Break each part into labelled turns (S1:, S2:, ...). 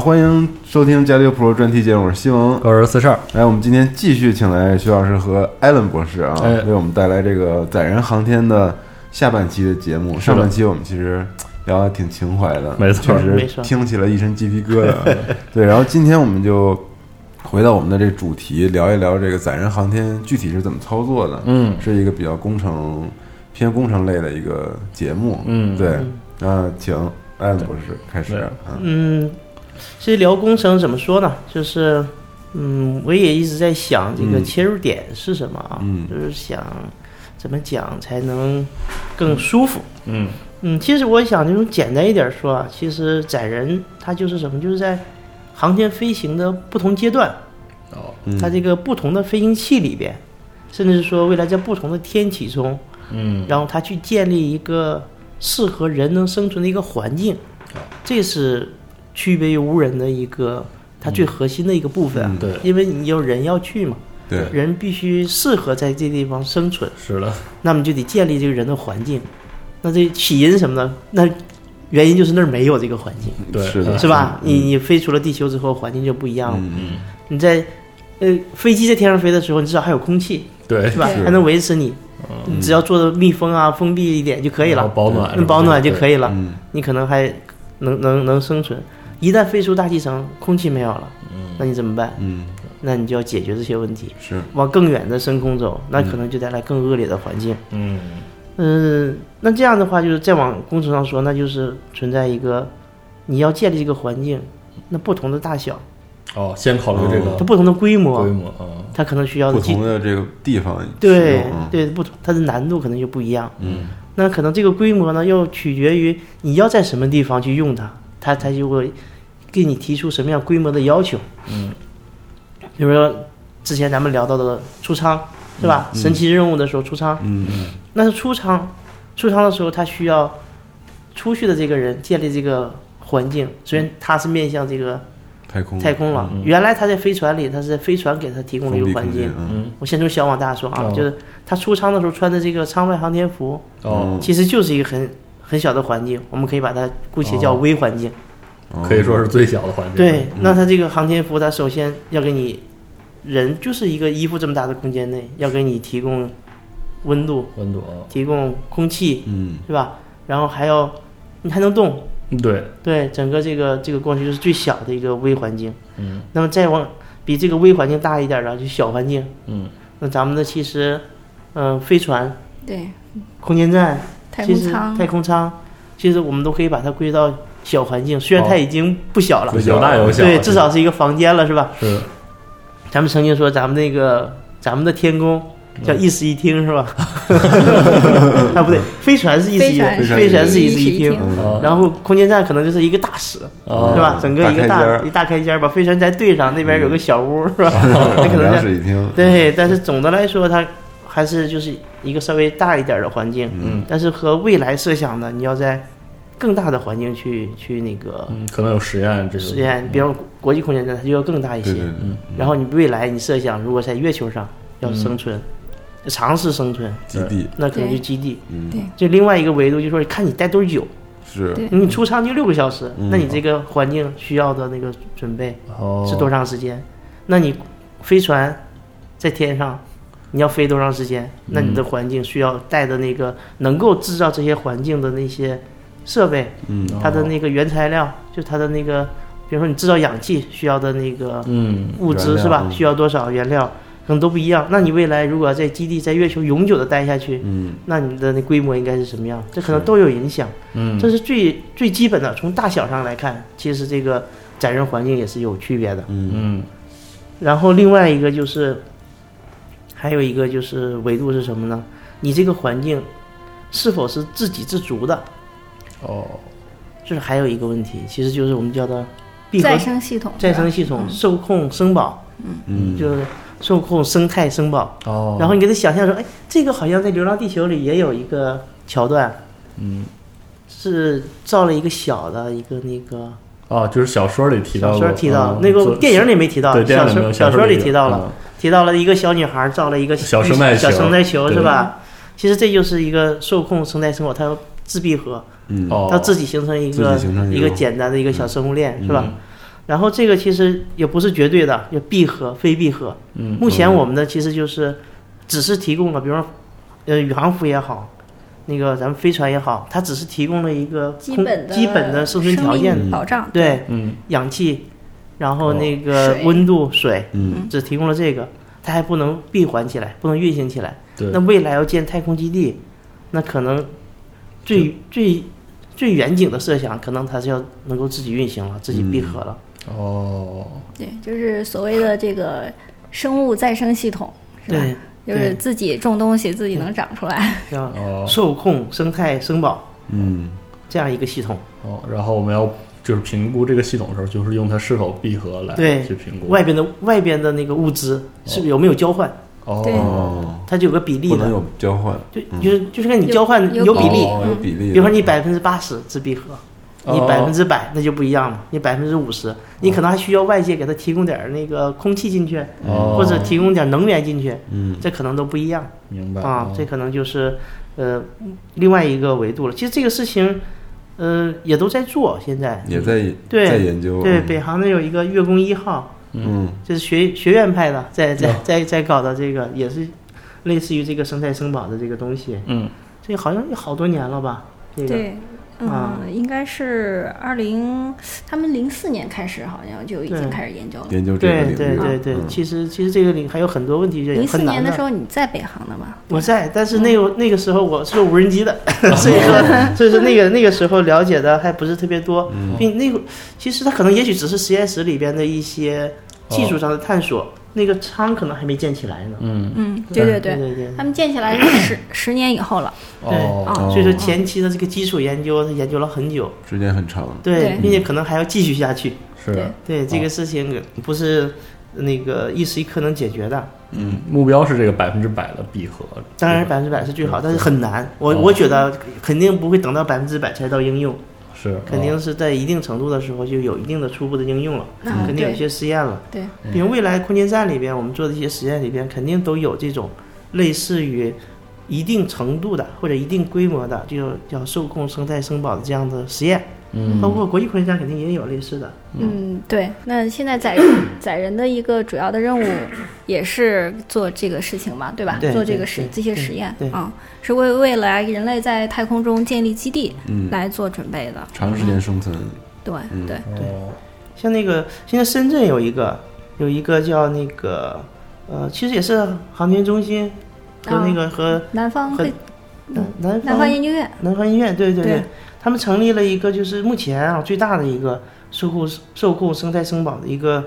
S1: 欢迎收听加六 Pro 专题节目，我是西蒙。
S2: 我是四十二，
S1: 来，我们今天继续请来徐老师和艾伦博士啊，
S2: 哎
S1: 为我们带来这个载人航天的下半期的节目。上半期我们其实聊的挺情怀的，
S2: 没错
S1: 确
S3: 嗯没
S1: 实
S3: 错
S1: 听起来一身鸡皮疙瘩啊。 对，然后今天我们就回到我们的这主题，聊一聊这个载人航天具体是怎么操作的。
S2: 嗯
S1: 是一个比较工程偏工程类的一个节目。
S2: 嗯
S1: 对，那请艾伦博士开始
S2: 对
S1: 啊。
S3: 嗯，其实聊工程怎么说呢？就是，嗯，我也一直在想这个
S1: 嗯
S3: 切入点是什么啊？
S1: 嗯
S3: 就是想怎么讲才能更舒服。
S2: 嗯
S3: 嗯，其实我想这种简单一点说啊，其实载人它就是什么，就是在航天飞行的不同阶段，
S2: 哦
S1: 嗯
S3: 它这个不同的飞行器里边，甚至是说未来在不同的天体中，
S2: 嗯
S3: 然后它去建立一个适合人能生存的一个环境，这是区别于无人的一个它最核心的一个部分啊。
S2: 嗯对
S3: 因为你有人要去嘛，
S1: 对，
S2: 嗯
S3: 人必须适合在这地方生存，
S2: 是的，
S3: 那么就得建立这个人的环境。那这起因是什么呢？那原因就是那儿没有这个环境，
S2: 对嗯
S1: 是的，
S3: 是吧？你你飞出了地球之后，环境就不一样了。
S1: 嗯，
S3: 你在呃飞机在天上飞的时候，你至少还有空气，
S2: 对
S3: 是吧？
S1: 是
S3: 还能维持你，你只要做的密封啊、封闭一点就可以
S2: 然
S3: 了
S2: 后，保暖什么
S3: 那
S2: 的
S3: 保暖就可以了，
S1: 嗯
S3: 你可能还能能能生存。一旦飞出大气层，空气没有了，那你怎么办？
S1: 嗯，
S3: 那你就要解决这些问题，
S1: 是
S3: 往更远的深空走，那可能就带来更恶劣的环境。
S2: 嗯
S3: 嗯，那这样的话，就是再往工程上说，那就是存在一个你要建立这个环境，那不同的大小，
S2: 哦，先考虑这个
S3: 它不同的规模
S2: 规，模啊，
S3: 它可能需要
S1: 不
S3: 的技
S1: 同的这个地方使
S3: 对
S1: 用啊
S3: 对，不同，它的难度可能就不一样。嗯，那可能这个规模呢，又取决于你要在什么地方去用它，它它就会给你提出什么样规模的要求。嗯，比如说之前咱们聊到的出舱，是吧？神奇任务的时候出舱，
S1: 嗯
S3: 那是出舱，出舱的时候它需要出去的这个人建立这个环境，虽然他是面向这个
S1: 太空
S3: 太空了，原来他在飞船里，他是在飞船给他提供了
S1: 嗯封
S3: 一
S1: 闭
S3: 个
S1: 空
S3: 环境
S1: 间，。嗯
S3: 我先从小往大说啊，
S2: 哦
S3: 就是他出舱的时候穿的这个舱外航天服，
S2: 哦，
S3: 其实就是一个很很小的环境，我们可以把它姑且叫微环境。嗯
S1: 哦
S2: 可以说是最小的环境，
S3: 对，那他这个航天服，他首先要给你人就是一个衣服这么大的空间内，要给你提供温度，
S2: 温度啊，
S3: 提供空气，
S1: 嗯
S3: 是吧？然后还要你还能动，
S2: 对，
S3: 嗯对，整个这个这个光学就是最小的一个微环境。嗯，那么再往比这个微环境大一点的，就小环境。
S2: 嗯，
S3: 那咱们的其实，嗯、飞船、
S4: 对，
S3: 空间站、
S4: 太
S3: 其
S4: 空
S3: 实
S4: 舱
S3: 太空舱，其实我们都可以把它归到小环境，虽然
S2: 好
S3: 它已经不小了，
S1: 不小
S2: 有大有小，啊
S3: 对，至少是一个房间了，是吧？
S2: 是
S3: 咱们曾经说咱们那个咱们的天宫。叫一室一厅是吧？啊，不对，飞船是一室
S4: 飞
S3: 一，
S1: 船
S3: 飞船是
S4: 一
S3: 室
S4: 室
S3: 一
S4: 一
S3: 厅
S4: 厅，
S1: 嗯
S2: 啊，
S3: 嗯然后空间站可能就是一个大室，
S2: 哦
S3: 是吧？整个一
S1: 大
S3: 个
S1: 开间
S3: 大
S1: 儿
S3: 一大开间儿，把飞船再对上，那边有个小屋，是吧？那可
S1: 两
S3: 能是
S1: 室一厅，
S3: 对，但是总的来说，它还是就是一个稍微大一点儿的环境，
S2: 嗯，
S3: 但是和未来设想的，你要在更大的环境去去那个
S2: 嗯，可能有实验这个
S3: 实验，比方国际空间站它就要更大一
S1: 嗯对
S3: 些，
S1: 对对，
S3: 然后你未来你设想如果在月球上要生
S1: 嗯
S3: 存，尝试生存，
S1: 基地
S3: 那可能就
S4: 对
S3: 基地。
S1: 嗯
S4: 对，
S3: 就另外一个维度，就是说看你待多久，
S1: 是
S4: 对
S3: 你出舱就六个小时，
S1: 嗯
S3: 那你这个环境需要的那个准备，
S2: 哦，
S3: 是多长时间？那你飞船在天上，你要飞多长时间？那你的环境需要带的那个能够制造这些环境的那些设备，
S1: 嗯
S2: 哦
S3: 它的那个原材料，就它的那个，比如说你制造氧气需要的那个
S2: 嗯
S3: 物
S1: 原
S3: 资
S1: 料
S3: 是吧？
S1: 嗯
S3: 需要多少原料，可能都不一样。那你未来如果在基地在月球永久的待下去，
S1: 嗯
S3: 那你的那规模应该是什么样？这可能都有影响。
S2: 嗯，
S3: 这是最最基本的，从大小上来看，其实这个载人环境也是有区别的。
S1: 嗯
S2: 嗯
S3: 然后另外一个就是，还有一个就是维度是什么呢？你这个环境是否是自给自足的？
S2: 哦，
S3: 这是还有一个问题，其实就是我们叫的闭合
S4: 再生系统，
S3: 再生系
S2: 嗯
S3: 统受控生保，
S1: 嗯，
S3: 就是受控生态生保。
S2: 哦，
S3: 然后你给他想象说，哎，这个好像在《流浪地球》里也有一个桥段，嗯，是造了一个小的一个那个
S2: 啊，就是小说里提到
S3: 小
S2: 过，
S3: 说提到
S2: 嗯
S3: 了那
S2: 做
S3: 个电影里没提到，
S2: 对电
S3: 小
S2: 影里没
S3: 说
S2: 有
S3: 小
S2: 说
S3: 说里提到了。
S2: 嗯
S3: 提到了一个小女孩造了一个
S2: 小生态球
S3: 小生态球
S2: 对
S3: 是吧？其实这就是一个受控生态生活，它要自闭合，
S1: 嗯
S2: 哦，
S3: 它自己形成一
S1: 自
S3: 个
S1: 己形成一
S3: 一
S1: 个嗯
S3: 个简单的一个小生物链是吧？然后这个其实也不是绝对的，有闭合、非闭合。
S2: 嗯
S3: 目前我们的其实就是只是提供了，比如说，呃，宇航服也好，那个咱们飞船也好，它只是提供了一个
S4: 基
S3: 空
S4: 本的
S3: 基本的生
S4: 生
S3: 存条件，
S4: 命保障，
S3: 对，
S2: 嗯
S3: 氧气，然后
S2: 哦
S3: 那个
S4: 水
S3: 温度、水，
S1: 嗯，
S3: 只提供了这个，它还不能闭环起来，不能运行起来。
S2: 对
S3: 那未来要建太空基地，那可能最最最远景的设想，可能它是要能够自己运行了，自己闭
S2: 嗯
S3: 合了。
S2: 哦，
S4: 对，就是所谓的这个生物再生系统，是吧？
S3: 对，
S4: 就是自己种东西，自己能长出来。
S3: 像
S2: 哦
S3: 受控、生态、生保
S1: 嗯，
S3: 这样一个系统，
S2: 哦，然后我们要就是评估这个系统的时候，就是用它是否闭合来
S3: 对
S2: 哎去评估。
S3: 外边的外边的那个物资是不是有没有交换，
S4: 对
S2: 哦，
S1: 哦，
S3: 它就有个比例
S1: 不能
S3: 的，
S1: 有交换，
S3: 就
S2: 嗯
S3: 就是就是看你交换
S4: 有
S3: 有比例，
S1: 哦有比例的，
S3: 嗯比如说你百分之八十自闭合，你
S2: 哦
S3: 百分之百那就不一样了，你百分之五十，你可能还需要外界给它提供点儿那个空气进去，
S2: 哦
S3: 或者提供点儿能源进去，
S1: 嗯，
S3: 这可能都不一样
S2: 明白
S3: 啊
S2: 哦，
S3: 这可能就是呃另外一个维度了。其实这个事情，呃也都在做，现在
S1: 也在
S3: 对
S1: 在研
S2: 哦
S1: 究，
S3: 对北航那有一个月宫一号，
S1: 嗯，
S3: 就是学学院派的，在在
S2: 哦
S3: 在在搞的这个也是类似于这个生态生保的这个东西，
S2: 嗯，
S3: 这个好像有好多年了吧？这个
S4: 对，
S3: 啊
S4: 嗯，应该是二零，他们零四年开始好像就已经
S3: 对
S4: 开始研究了
S1: 嗯，。研究这个
S3: 对
S1: 领域，
S3: 对对对，
S1: 嗯
S3: 其实其实这个领还有很多问题，就也
S4: 零四
S3: 很
S4: 年
S3: 难
S4: 的时候嗯你在北航的吗？
S3: 我在，但是那个那个时候我是个无人 机的，所以说
S1: 哦
S3: 所以说那个那个时候了解的还不是特别多，
S1: 嗯
S3: 并那个其实它可能也许只是实验室里边的一些技术上的探
S1: 哦
S3: 索，那个舱可能还没建起来呢。
S2: 嗯
S4: 嗯，对对
S3: 对
S4: 对，
S3: 对对。
S4: 他们建起来是十十年以后了。
S2: 哦
S4: 啊
S3: 所以说前期的这个基础研究，它研究了很久，
S1: 时间很长，
S3: 对
S4: 对，
S3: 并且可能还要继续下去。
S2: 是
S3: 对这
S1: 哦
S3: 个事情不是那个一时一刻能解决的，
S2: 嗯，目标是这个百分之百的闭合。
S3: 当然百分之百是最好，但是很难。我我觉得肯定不会等到百分之百才到应用，
S2: 是
S3: 肯定是在一定程度的时候就有一定的初步的应用了，
S4: 嗯
S3: 肯定有一
S4: 对
S3: 些实验了。
S4: 对，
S3: 比如未来空间站里边我们做的一些实验里边，肯定都有这种类似于一定程度的或者一定规模的，就叫受控生态生保的这样的实验。
S2: 嗯
S3: 包括国际空间站肯定也有类似的。
S4: 嗯，对。那现在载载人的一个主要的任务也是做这个事情嘛，对吧？
S3: 对
S4: 做这
S3: 对
S4: 个实
S3: 对
S4: 这些
S3: 对
S4: 实验
S3: 对
S4: 啊，是为未来人类在太空中建立基地
S1: 嗯，
S4: 来做准备的。
S1: 长时间生存，
S4: 对
S1: 嗯
S4: 对，
S2: 哦
S3: 像那个现在深圳有一个有一个叫那个呃，其实也是航天中心和那个、和
S4: 南方
S3: 和
S4: 会
S3: 南嗯南
S4: 南
S3: 方
S4: 方研究院，
S3: 南方医院，对对
S4: 对
S3: 他们成立了一个就是目前啊最大的一个受控受控生态生保的一个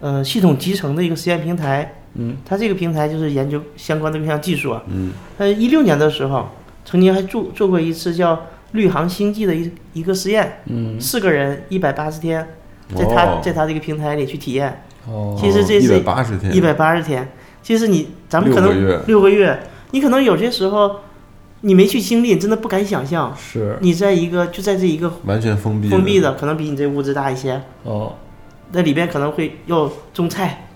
S3: 呃系统集成的一个实验平台。
S2: 嗯，
S3: 它这个平台就是研究相关的各项技术啊。
S1: 嗯，
S3: 呃，一六年的时候，曾经还做做过一次叫绿航星际的一一个实验，
S2: 嗯
S3: 四个人一百八十天，在他、
S1: 哦
S3: 在他这个平台里去体验
S2: 哦
S3: 其实这是
S1: 一百八十天，
S3: 一百八十天。其实你咱们可
S1: 六个月
S3: 能六个月，你可能有些时候你没去经历，你真的不敢想象。
S2: 是
S3: 你在一个就在这一个
S1: 完全封闭
S3: 封闭的，可能比你这屋子大一些，
S2: 哦
S3: 那里边可能会要种菜，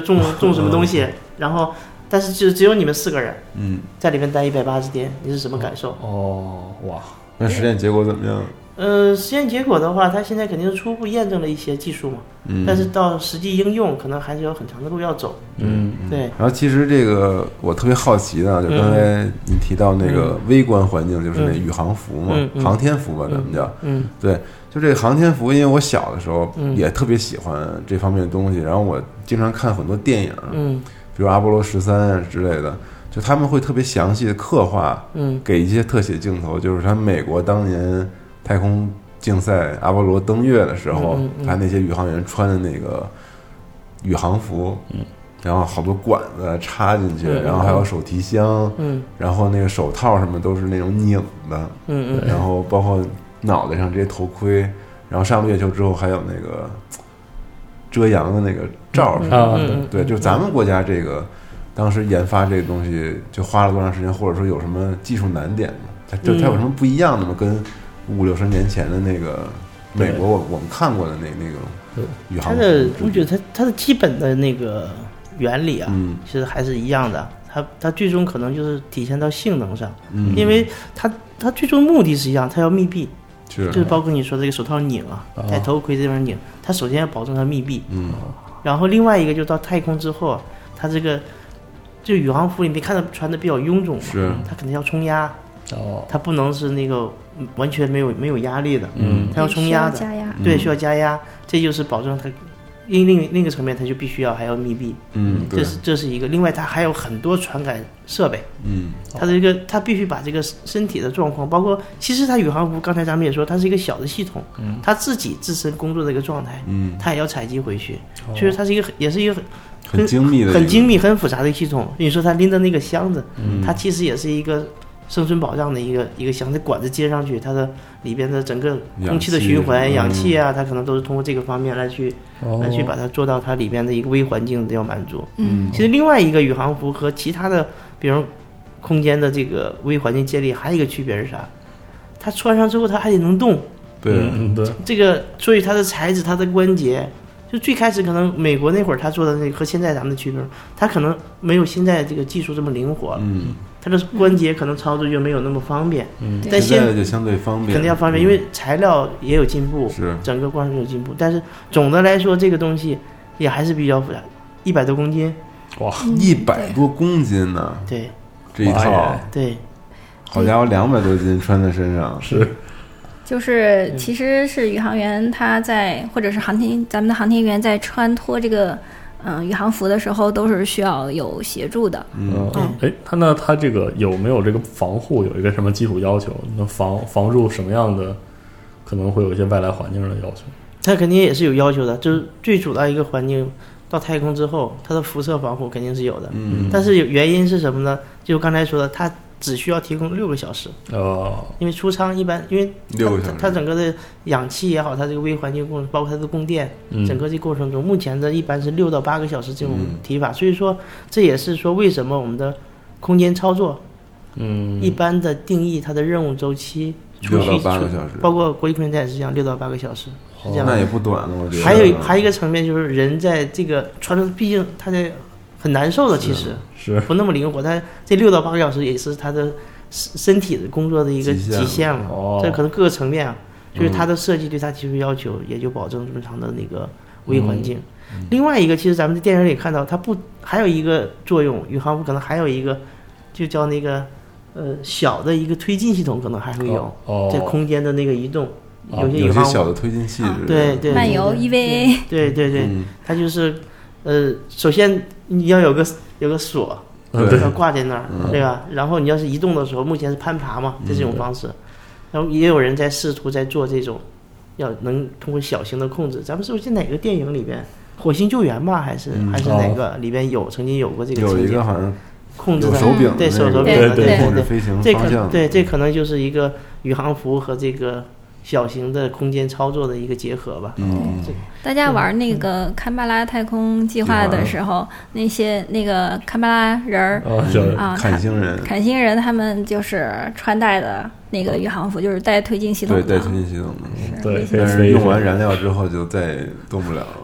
S3: 种种什么东西，然后但是就只有你们四个人
S1: 嗯，
S3: 在里面待一百八十天，你是什么感受？
S2: 哦哇
S1: 那实验结果怎么样？嗯
S3: 呃，实验结果的话，它现在肯定是初步验证了一些技术嘛，
S1: 嗯，
S3: 但是到实际应用可能还是有很长的路要走。
S2: 嗯
S3: 对，
S1: 然后其实这个我特别好奇的，就刚才你提到那个微观环境，就是那宇航服嘛
S3: 嗯嗯，嗯
S1: 航天服吧，咱们叫。
S3: 嗯
S1: 对，就这个航天服，因为我小的时候
S3: 嗯
S1: 也特别喜欢这方面的东西，然后我经常看很多电影，
S3: 嗯
S1: 比如阿波罗十三啊之类的，就他们会特别详细的刻画，
S3: 嗯
S1: 给一些特写镜头，就是他们美国当年太空竞赛阿波罗登月的时候
S3: 嗯嗯，嗯
S1: 他那些宇航员穿的那个宇航服，然后好多管子插进去，
S3: 嗯嗯
S1: 然后还有手提箱，
S3: 嗯
S1: 然后那个手套什么都是那种拧的，
S3: 嗯嗯，
S1: 然后包括脑袋上这些头盔，然后上了月球之后还有那个遮阳的那个罩儿什么的，
S2: 啊
S3: 嗯
S2: 对
S3: 嗯
S1: 对，就咱们国家这个当时研发这个东西，就花了多长时间，或者说有什么技术难点吗？它就它有
S3: 嗯
S1: 什么不一样的吗？跟五六十年前的那个美国我我们看过的那那种
S2: 对
S1: 宇航服
S3: 它的
S1: 制
S3: 我
S1: 度，
S3: 觉得它它的基本的那个原理啊，
S1: 嗯
S3: 其实还是一样的。它它最终可能就是体现到性能上，
S1: 嗯，
S3: 因为它它最终目的是一样，它要密闭，
S1: 是
S3: 就是包括你说这个手套拧啊，
S2: 啊
S3: 戴头盔这边拧，它首先要保证它密闭，
S1: 嗯，
S3: 然后另外一个就到太空之后，啊，它这个就宇航服你别看它穿的比较臃肿嘛，
S1: 是
S3: 它肯定要冲压，
S2: 哦，
S3: 它不能是那个嗯完全没有没有压力的，
S1: 嗯
S3: 它要冲压的，
S4: 加压，
S3: 对，需要加压，这就是保证它。另另另一个层面，它就必须要还要密闭，
S1: 嗯，
S3: 这
S1: 对，
S3: 是这是一个。另外，它还有很多传感设备，
S1: 嗯
S3: 它的这个它必须把这个身体的状况，包括其实它宇航服，刚才咱们也说，它是一个小的系统，它自己自身工作的一个状态，
S1: 嗯，
S3: 它也要采集回去，
S2: 哦
S3: 所以它是一个很也是一个很
S1: 很精密的，
S3: 很精，密、很复杂的系统。你说它拎的那个箱子，它其实也是一个生存保障的一个一个箱子，管子接上去，它的里边的整个空气的
S1: 氧气
S3: 循环、
S1: 嗯
S3: 氧气啊，它可能都是通过这个方面来去
S2: 哦
S3: 来去把它做到它里边的一个微环境的要满足。
S4: 嗯，
S3: 其实另外一个宇航服和其他的，比如空间的这个微环境建立，还有一个区别是啥？它穿上之后，它还得能动。
S1: 对，
S2: 嗯对，
S3: 这个，所以它的材质、它的关节，就最开始可能美国那会儿他做的那个和现在咱们的区别，它可能没有现在这个技术这么灵活了，
S1: 嗯，
S3: 它的关节可能操作就没有那么方便。
S2: 嗯
S3: 但
S1: 现
S3: 现
S1: 在就相对方便，
S3: 肯定要方便，
S1: 嗯
S3: 因为材料也有进步，
S1: 是
S3: 整个过程有进步。但是总的来说，这个东西也还是比较复杂，一百多公斤，
S2: 哇，
S1: 嗯一百多公斤呢，
S3: 对
S1: 这一
S2: 哇
S1: 套，
S2: 耶
S3: 对，
S1: 好家伙，两百多斤穿在身上，
S2: 是
S3: 嗯
S4: 就是其实是宇航员他在或者是航天咱们的航天员在穿脱这个嗯、宇航服的时候都是需要有协助的，
S1: 嗯，
S2: 嗯，哎，他那他这个有没有这个防护有一个什么基础要求？那防防住什么样的可能会有一些外来环境的要求？
S3: 它肯定也是有要求的，就是最主要一个环境。到太空之后，它的辐射防护肯定是有的，
S1: 嗯
S3: 但是有原因是什么呢？就刚才说的，它只需要提供六个小时，
S2: 呃，
S3: 因为出舱一般，因为
S1: 六个
S3: 它
S1: 小时
S3: 它整个的氧气也好，它这个微环境过程，包括它的供电，
S2: 嗯
S3: 整个这过程中，目前的一般是六到八个小时这种
S1: 嗯
S3: 提法，所以说这也是说为什么我们的空间操作、
S2: 嗯
S3: 一般的定义它的任务周期，
S1: 六
S3: 除
S1: 到
S3: 去
S1: 八个
S3: 除
S1: 小时，
S3: 包括国际空间站也是这样，六到八个小时是这样
S1: 哦那
S3: 的。
S1: 也不短了，我觉得。啊
S3: 还有还有一个层面就是人在这个穿着，毕竟他在很难受的，其实
S2: 是
S3: 不那么灵活，但这六到八个小时也是他的身身体的工作的一个
S1: 极限
S3: 极限了。
S2: 哦
S3: 这可能各个层面啊，就是它的设计对它提出要求，也就保证这么长的那个微环境。另外一个，其实咱们在电影里看到，它不还有一个作用，宇航服可能还有一个，就叫那个呃小的一个推进系统，可能还会有、
S2: 哦
S3: 在空间的那个移动，
S2: 哦
S3: 有些宇
S1: 有些
S3: 航
S1: 小
S3: 服
S1: 的推进器是，
S3: 对对
S4: 漫游 EVA
S3: 对对对，
S1: 嗯
S3: 它就是呃，首先你要有个有个锁，
S2: 嗯
S1: 对
S3: 要挂在那儿，对吧？然后你要是移动的时候，目前是攀爬
S1: 嗯
S3: 嘛，这是一种方式。然后也有人在试图在做这种，要能通过小型的控制。咱们是不是在哪个电影里边，《火星救援》吧，还是、
S1: 嗯
S3: 还是哪个里边有曾经有过这个
S1: 有
S3: 情
S1: 一
S3: 节
S1: 个好像
S3: 控制
S1: 哦有
S3: 的
S1: 手柄的那个，
S3: 对手手柄
S4: 对
S3: 的
S4: 对
S1: 控制
S3: 对
S1: 飞行
S3: 这
S1: 方
S3: 可
S1: 向，
S3: 对这可能就是一个宇航服和这个小型的空间操作的一个结合吧。
S1: 嗯，
S4: 大家玩那个堪巴拉太空计划的时候，那些那个堪巴拉人儿、
S3: 嗯
S2: 啊，小人
S4: 啊，
S1: 嗯看星人，
S4: 坎星人他们就是穿戴的那
S3: 嗯
S4: 个宇航服，就是带推进系统
S1: 对
S4: 的，嗯
S1: 带推进系统的，
S2: 对，可以
S1: 但
S2: 飞
S1: 是
S2: 一
S1: 用
S2: 下
S1: 完燃料之后就再动不了了。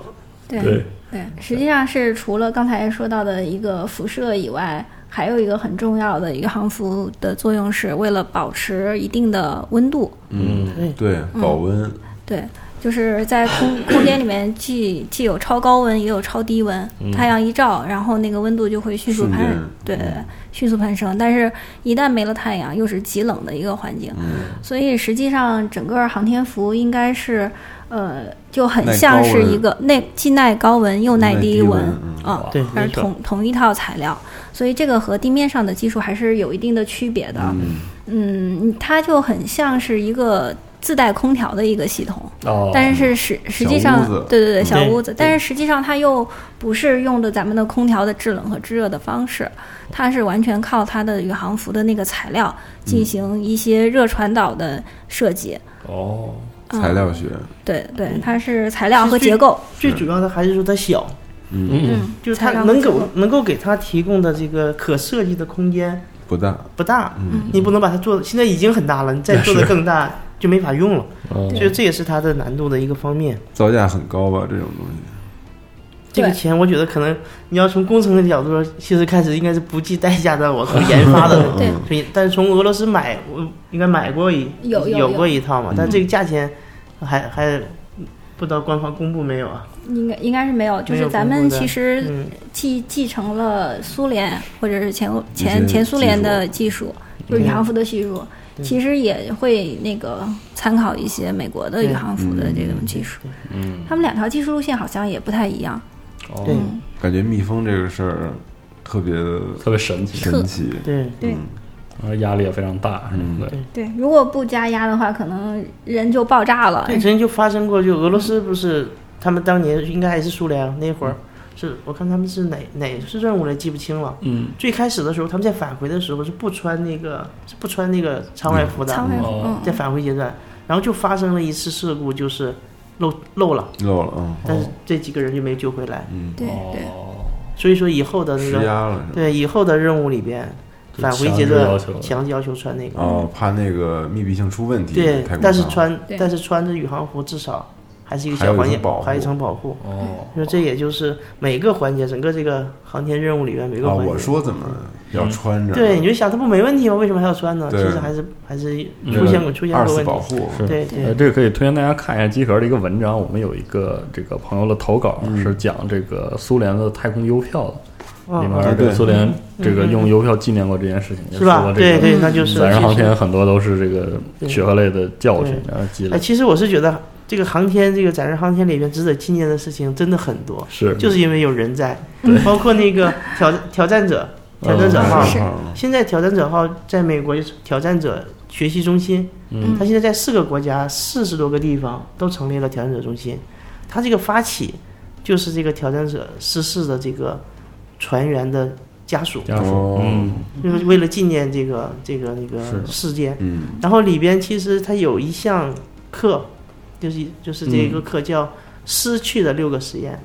S4: 对
S2: 对
S4: 对，实际上是除了刚才说到的一个辐射以外，还有一个很重要的宇航服的作用是为了保持一定的温度。
S1: 嗯，对，保温，
S4: 对，就是在 空空间里面既既有超高温，也有超低温。太阳一照，然后那个温度就会迅速
S1: 嗯瞬
S4: 攀
S1: 间，嗯
S4: 对，迅速攀升。但是，一旦没了太阳，又是极冷的一个环境。
S1: 嗯
S4: 所以，实际上整个航天服应该是，呃，就很
S1: 耐
S4: 像
S1: 高
S4: 是一
S1: 温
S4: 个耐既耐高温又耐
S1: 耐
S4: 低
S1: 低
S4: 温
S1: 温嗯
S4: 啊，
S3: 对
S4: 而
S3: 没错
S4: 同同一套材料，所以这个和地面上的技术还是有一定的区别的。嗯，它就很像是一个自带空调的一个系统，
S2: 哦，
S4: 但是实实际
S1: 小屋
S4: 上
S1: 子，
S4: 对对对，小
S3: 嗯对
S4: 屋子，
S3: 对
S4: 但是实际上它又不是用的咱们的空调的制冷和制热的方式，它是完全靠它的宇航服的那个材料
S3: 嗯
S4: 进行一些热传导的设计。
S2: 哦，
S4: 嗯
S1: 材料学，
S4: 对对，它是材料
S3: 嗯是
S4: 和
S3: 最
S4: 结构。
S3: 最主要的还是说它小，
S2: 嗯，
S3: 就是
S4: 材
S3: 它
S4: 料和
S3: 能
S4: 结
S3: 够
S4: 构
S3: 能够给它提供的这个可设计的空间
S1: 不大，
S3: 不大，
S1: 嗯
S3: 你不能把它做得，现在已经很大了，你再做的更大就没法用了，
S2: 嗯
S3: 所以这也是它的难度的一个方面。
S1: 造价很高吧？这种东西，
S3: 这个
S4: 对，
S3: 钱我觉得可能你要从工程的角度说，其实开始应该是不计代价的往后研发的
S4: 对
S3: 所以但是从俄罗斯买，我应该买过一
S4: 有有
S3: 有
S4: 有
S3: 过一套嘛，但
S1: 嗯
S3: 这个价钱还还不知道官方公布没有啊？
S4: 应该应该是没有，就
S3: 没有
S4: 是咱
S3: 公
S4: 们
S3: 布的
S4: 其实
S3: 嗯，
S4: 继继承了苏联或者是前欧
S1: 一些
S4: 前前苏联的技术，就是宇
S3: 对
S4: 航服的技术，
S3: 嗯对
S4: 其实也会那个参考一些美国的
S3: 对嗯
S4: 宇航服的这种技术。
S2: 嗯，
S4: 他们两条技术路线好像也不太一样，
S2: 哦
S3: 对
S4: 嗯，
S1: 感觉蜜蜂这个事儿特别的
S2: 特别神奇，
S1: 神奇，
S3: 对
S4: 对
S1: 嗯
S2: 然后压力也非常大什么的。
S4: 对，如果不加压的话，可能人就爆炸了。
S3: 对，曾经就发生过，就俄罗斯不是他们当年应该还是苏联啊那会儿，
S1: 嗯
S3: 是我看他们是哪哪次任务了，记不清了。
S2: 嗯，
S3: 最开始的时候，他们在返回的时候是不穿那个是不穿那个舱外服的，
S4: 舱外服，
S2: 哦
S4: 嗯，
S3: 在返回阶段，然后就发生了一次事故，就是漏漏了，
S1: 漏了啊，
S3: 但是这几个人就没救回来。
S1: 嗯，
S4: 对对，
S2: 哦
S3: 所以说以后的那
S1: 施
S3: 个
S1: 压了是吧？
S3: 对以后的任务里边，
S2: 就
S3: 返回
S2: 强
S3: 阶
S2: 制要
S3: 段
S2: 求
S3: 强制要求穿那个。
S1: 哦，怕那个密闭性出问题，
S3: 对
S1: 太，空
S3: 但是
S1: 舱
S3: 穿
S4: 对
S3: 但是穿着宇航服至少还是一个
S1: 还有
S3: 小
S1: 一
S3: 环
S1: 层
S3: 节
S1: 保，
S3: 还有一
S1: 护
S3: 层保护。
S2: 哦，
S3: 因为这也就是每个环节，整个这个航天任务里面每个
S1: 啊，
S3: 环节。
S1: 我说怎么要穿着呢？
S3: 嗯对，你就想它不没问题吗？为什么还要穿呢？其
S1: 对
S3: 实还是还是
S2: 嗯
S3: 出现过出现
S1: 二
S3: 过
S1: 次
S3: 问题
S1: 保。护，
S2: 是
S3: 对
S2: 呃，
S3: 对
S2: 这个可以推荐大家看一下机壳的一个文章，我们有一个这个朋友的投稿
S1: 嗯
S2: 是讲这个苏联的太空邮票的，
S3: 哦
S2: 里
S1: 啊
S2: 面
S1: 对
S2: 对苏联这个
S3: 嗯嗯
S2: 用邮票纪念过这件事情，也
S3: 是
S2: 说
S3: 吧？
S2: 这
S3: 对
S2: 个
S3: 对，那就是
S2: 载人
S3: 其
S2: 航
S3: 实
S2: 天很多都是这个
S3: 对
S2: 学科类的教训
S3: 对，
S2: 然后积
S3: 哎，
S2: 累
S3: 其实我是觉得这个航天，这个载人航天里面值得纪念的事情真的很多，
S2: 是
S3: 就是因为有人在
S2: 对，
S3: 包括那个挑挑战者，挑战者
S1: 嗯
S3: 号。
S1: 是
S3: 现在挑战者号在美国就是挑战者学习中心，
S2: 嗯
S3: 它现在在四个国家、四十多个地方都成立了挑战者中心。它这个发起就是这个挑战者逝世的这个船员的家属，
S2: 家属
S1: 哦，
S2: 嗯
S3: 就是为了纪念这个这个那个
S2: 是
S3: 事件。
S1: 嗯，
S3: 然后里边其实它有一项课，就是就是这
S1: 嗯
S3: 个课叫“失去的六个实验”，
S1: 嗯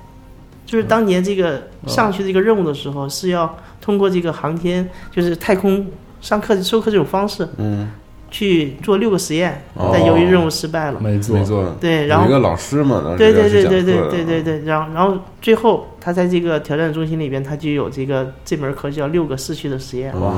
S3: 就是当年这个上去这个任务的时候，是要通过这个航天，就是太空上课授课这种方式，
S1: 嗯，
S3: 去做六个实验，
S1: 哦
S3: 但由于任务失败了，
S2: 没
S1: 没
S2: 做
S1: 错，
S3: 对，嗯然
S1: 有一
S3: 后
S1: 嗯个老师嘛，当时
S3: 对
S1: 要
S3: 对
S1: 去
S3: 对
S1: 讲
S3: 对对
S1: 课的嗯
S3: 对对，对，然后然后最后他在这个挑战中心里边，他就有这个这门课叫“六个逝去的实验”，
S1: 哇，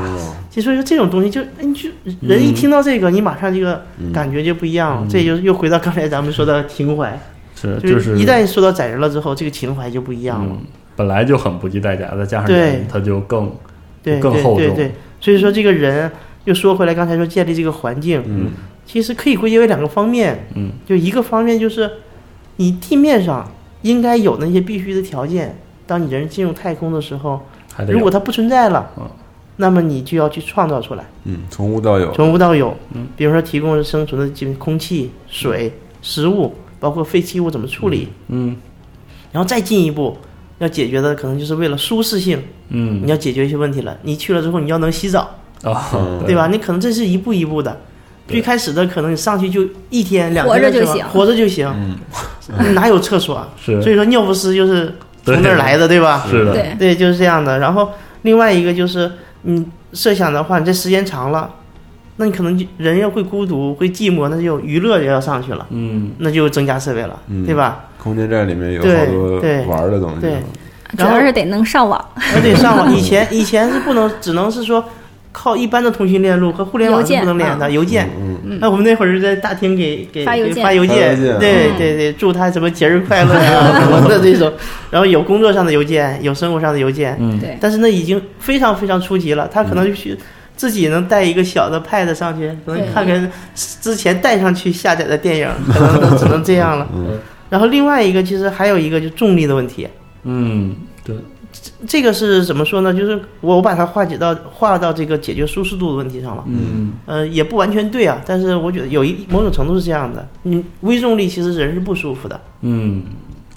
S3: 其实所以说这种东西就，哎你就人
S1: 嗯
S3: 一听到这个，你马上这个感觉就不一样了。
S2: 嗯
S3: 这就又回到刚才咱们说的情怀，
S2: 是
S3: 就
S2: 就是
S3: 一旦说到载人了之后，这个情怀就不一样了。
S2: 嗯本来就很不计代价，再加上
S3: 对
S2: 人他就更
S3: 对
S2: 更
S3: 对
S2: 厚
S3: 对
S2: 重
S3: 对，所以说这个人又说回来，刚才说建立这个环境，
S1: 嗯，
S3: 其实可以归结为两个方面，
S2: 嗯，
S3: 就一个方面就是你地面上应该有那些必须的条件，当你人进入太空的时候，
S2: 还得
S3: 如
S2: 有
S3: 果它不存在了
S2: 嗯，
S3: 那么你就要去创造出来。
S1: 嗯，从无到有，
S3: 从无到有
S2: 嗯，
S3: 比如说提供生存的基本空气、水、食物，包括废弃物怎么处理，
S2: 嗯
S3: 然后再进一步要解决的可能就是为了舒适性，你
S2: 嗯
S3: 要解决一些问题了。你去了之后，你要能洗澡，
S2: 啊
S3: 对吧？你可能这是一步一步的。
S2: 对
S3: 最开始的可能你上去就一天两天
S4: 活着就
S3: 是吧
S4: 行
S3: 活着就行，
S1: 嗯
S3: 哪有厕所啊？
S2: 是
S3: 所以说尿不湿就是从那儿来的，对吧？
S2: 是的，
S4: 对，
S3: 对，就是这样的。然后另外一个就是，你设想的话，你这时间长了，那你可能就人又会孤独、会寂寞，那就娱乐也要上去了，
S2: 嗯
S3: 那就增加设备了，
S1: 嗯
S3: 对吧？
S1: 空间站里面有
S3: 对
S1: 好多
S3: 对
S1: 玩的东西，嗯
S3: 对
S4: 主
S3: 然后
S4: 要是得能上网，
S3: 那得 上网。以前以前是不能，只能是说靠一般的通讯链路和互联网
S4: 邮
S3: 是
S4: 件
S3: 不能连的，邮件。
S1: 嗯，
S3: 那我们那会儿在大厅给给
S4: 发邮
S3: 给
S4: 件
S3: 发邮
S1: 发邮件
S3: 对
S1: 嗯
S3: 对对，祝他什么节日快 乐啊什么的这种，然后有工作上的邮件，有生活上的邮件，
S2: 嗯
S4: 对，
S3: 但是那已经非常非常初级了，他可
S1: 嗯
S3: 能去自己能带一个小的 pad 上去，可能
S4: 对
S3: 看看之前带上去下载的电影，可能都只能这样了。
S1: 嗯
S3: 然后另外一个其实还有一个就是重力的问题，
S2: 嗯对
S3: 这个是怎么说呢？就是我我把它化解到化到这个解决舒适度的问题上了。
S2: 嗯
S3: 呃，也不完全对啊，但是我觉得有一某种程度是这样的，你微重力其实人是不舒服的。
S2: 嗯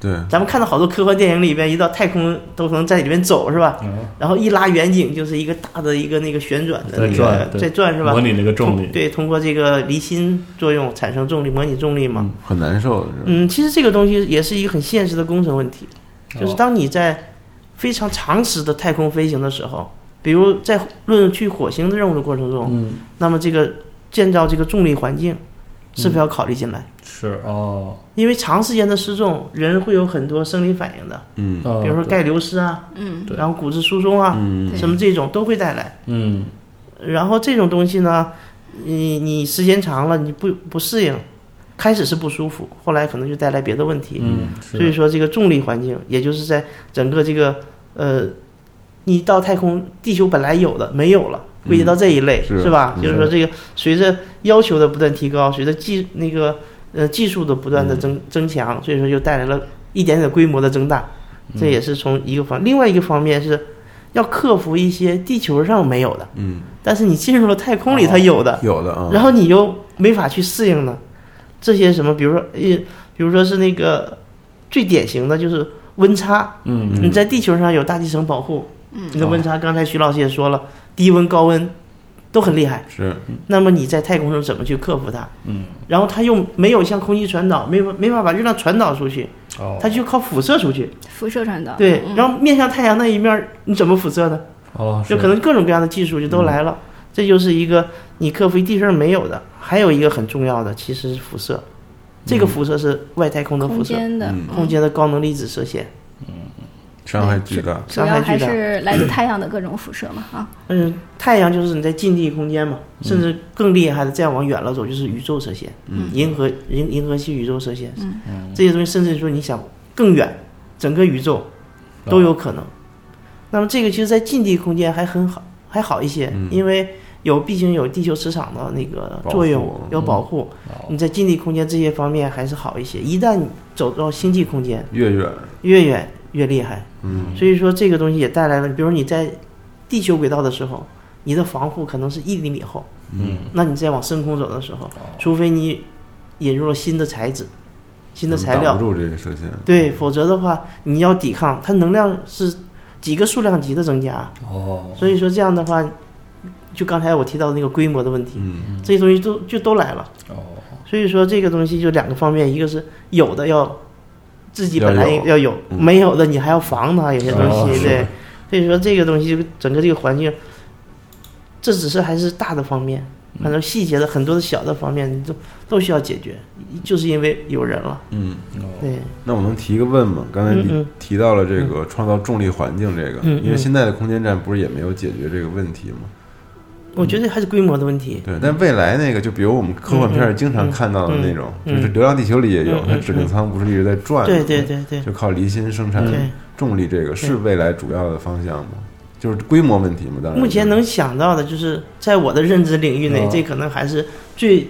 S1: 对，
S3: 咱们看到好多科幻电影里边，一到太空都能在里面走是吧？
S2: 嗯
S3: 然后一拉远景就是一个大的一个那个旋转的
S2: 在
S3: 那
S2: 转
S3: 个
S2: 对
S3: 在转是吧？
S2: 模拟那个重力
S3: 通对，通过这个离心作用产生重力，模拟重力嘛。
S1: 很难受的是吧，
S3: 嗯，其实这个东西也是一个很现实的工程问题，
S2: 哦
S3: 就是当你在非常长时的太空飞行的时候，比如在论去火星的任务的过程中，
S2: 嗯嗯
S3: 那么这个建造这个重力环境是不是要考虑进来？
S2: 是哦，
S3: 因为长时间的失重，人会有很多生理反应的，
S1: 嗯
S2: 呃
S3: 比如说
S2: 对
S3: 钙流失啊，
S4: 嗯
S2: 对
S3: 然后骨质疏松啊，
S1: 嗯
S4: 对
S3: 什么这种都会带来。
S2: 嗯
S3: 然后这种东西呢，你你时间长了，你不不适应，开始是不舒服，后来可能就带来别的问题。
S2: 嗯，
S3: 所以说，这个重力环境，也就是在整个这个呃，你到太空，地球本来有的没有了，归结到这一类、
S1: 是
S3: 是吧？
S1: 嗯
S3: 就是说，这个随着要求的不断提高，随着技那个呃技术的不断的增、增强，所以说就带来了一点点规模的增大，这也是从一个方，另外一个方面是。要克服一些地球上没有的，
S1: 嗯，
S3: 但是你进入了太空里它有的，
S1: 有的啊，
S3: 呃然后你又没法去适应呢，这些什么，比如说，呃，比如说是那个最典型的就是温差，
S2: 嗯
S3: 你在地球上有大气层保护，你的温差，刚才徐老师也说了，低温、高温都很厉害，
S1: 是
S3: 那么你在太空中怎么去克服它？嗯，然后它又没有像空气传导，没法没法把热量传导出去，
S2: 哦
S3: 它就靠辐射出去，
S4: 辐射传导，
S3: 对，
S4: 嗯
S3: 然后面向太阳那一面儿，你怎么辐射呢？
S2: 哦
S3: 就可能各种各样的技术就都来了。这就是一个你克服一地上没有的，还有一个很重要的其实是辐射，这个辐射是外太空的辐
S4: 空
S3: 射，
S4: 间的
S1: 嗯
S3: 空间的高能粒子射线。
S1: 伤害巨大，
S4: 主要还是 来自太阳的各种辐射嘛啊，
S3: 嗯，太阳就是你在近地空间嘛，甚至更厉害的，再往远了走就是宇宙射线，银河银银河系宇宙射线，
S4: 嗯
S3: 这些东西甚至说你想更远，整个宇宙都有可能。那么这个其实，在近地空间还很好，还好一些，因为有毕竟有地球磁场的那个作用
S1: 嗯保护嗯
S3: 有保护，你在近地空间这些方面还是好一些。一旦你走到星际空间，
S1: 越远
S3: 越远越厉害。嗯，所以说这个东西也带来了，比如你在地球轨道的时候，你的防护可能是一厘米厚，嗯，那你再往深空走的时
S1: 哦
S3: 候，除非你引入了新的材质、新的材
S1: 挡
S3: 料
S1: 不，住这个射线，
S3: 对，否则的话你要抵抗，它能量是几个数量级的增加，
S2: 哦
S3: 所以说这样的话，就刚才我提到的那个规模的问题，
S1: 嗯，
S3: 这些东西都就都来了。
S2: 哦
S3: 所以说这个东西就两个方面，一个是有的要自己本来
S1: 要有
S3: 要有，
S1: 嗯
S3: 没有的你还要防它，有些东
S2: 哦
S3: 西、
S2: 是
S3: 对。所以说这个东西整个这个环境，这只是还是大的方面，
S1: 嗯
S3: 很多细节的很多的小的方面你都都需要解决，就是因为有人了，
S1: 嗯，
S3: 对，
S1: 那我能提一个问吗？刚才
S3: 嗯
S1: 你
S3: 嗯
S1: 提到了这个创造重力环境这个，
S3: 嗯嗯
S1: 因为现在的空间站不是也没有解决这个问题吗？
S3: 我觉得还是规模的问题。
S1: 对，但未来那个，就比如我们科幻片儿经常看到的那种，
S3: 嗯嗯嗯
S1: 就是《流浪地球》里也有
S3: 嗯，嗯
S1: 它指令舱不是一直在转吗？
S3: 对对对对
S1: 就靠离心生产
S3: 对，
S1: 重力，这个是未来主要的方向吗？就是规模问题吗？当然，
S3: 目前能想到的就是在我的认知领域内，
S2: 哦
S3: 这可能还是最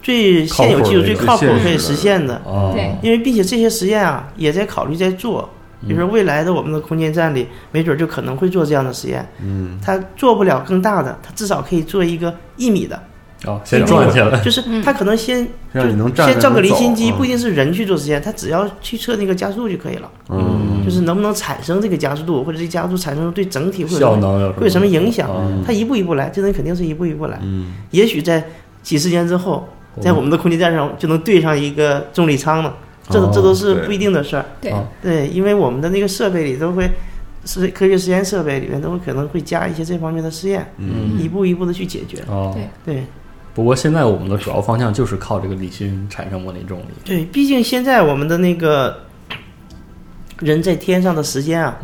S3: 最现有技术
S2: 靠谱的
S3: 最
S2: 一个
S3: 靠谱
S1: 现实
S3: 可以
S1: 的
S3: 实现的。
S2: 哦
S4: 对
S3: 因为并且这些实验啊也在考虑在做，比如说未来的我们的空间站里，没准就可能会做这样的实验。嗯，它做不了更大的，它至少可以做一个一米的，
S2: 哦，先转起来，
S3: 就是它可能先就
S1: 让你能站着
S3: 先造个离心机，
S1: 能走啊
S3: 不一定是人去做实验，它只要去测那个加速就可以了。
S1: 嗯，
S3: 就是能不能产生这个加速度，或者这加速度产生对整体会有
S2: 效能有
S3: 会有什么影响？
S2: 哦
S3: 它一步一步来，这东西肯定是一步一步来。嗯，也许在几十年之后，
S2: 嗯
S3: 在我们的空间站上就能对上一个重力舱了，这
S2: 哦
S3: 这都是
S1: 对
S3: 不一定的事儿。
S4: 对
S2: 哦
S3: 对，因为我们的那个设备里都会，是科学实验设备里面都会可能会加一些这方面的实验，
S2: 嗯
S3: 一步一步的去解决。
S2: 哦
S4: 对
S3: 对
S2: 不过现在我们的主要方向就是靠这个离心产生模拟重力。
S3: 对，毕竟现在我们的那个人在天上的时间啊，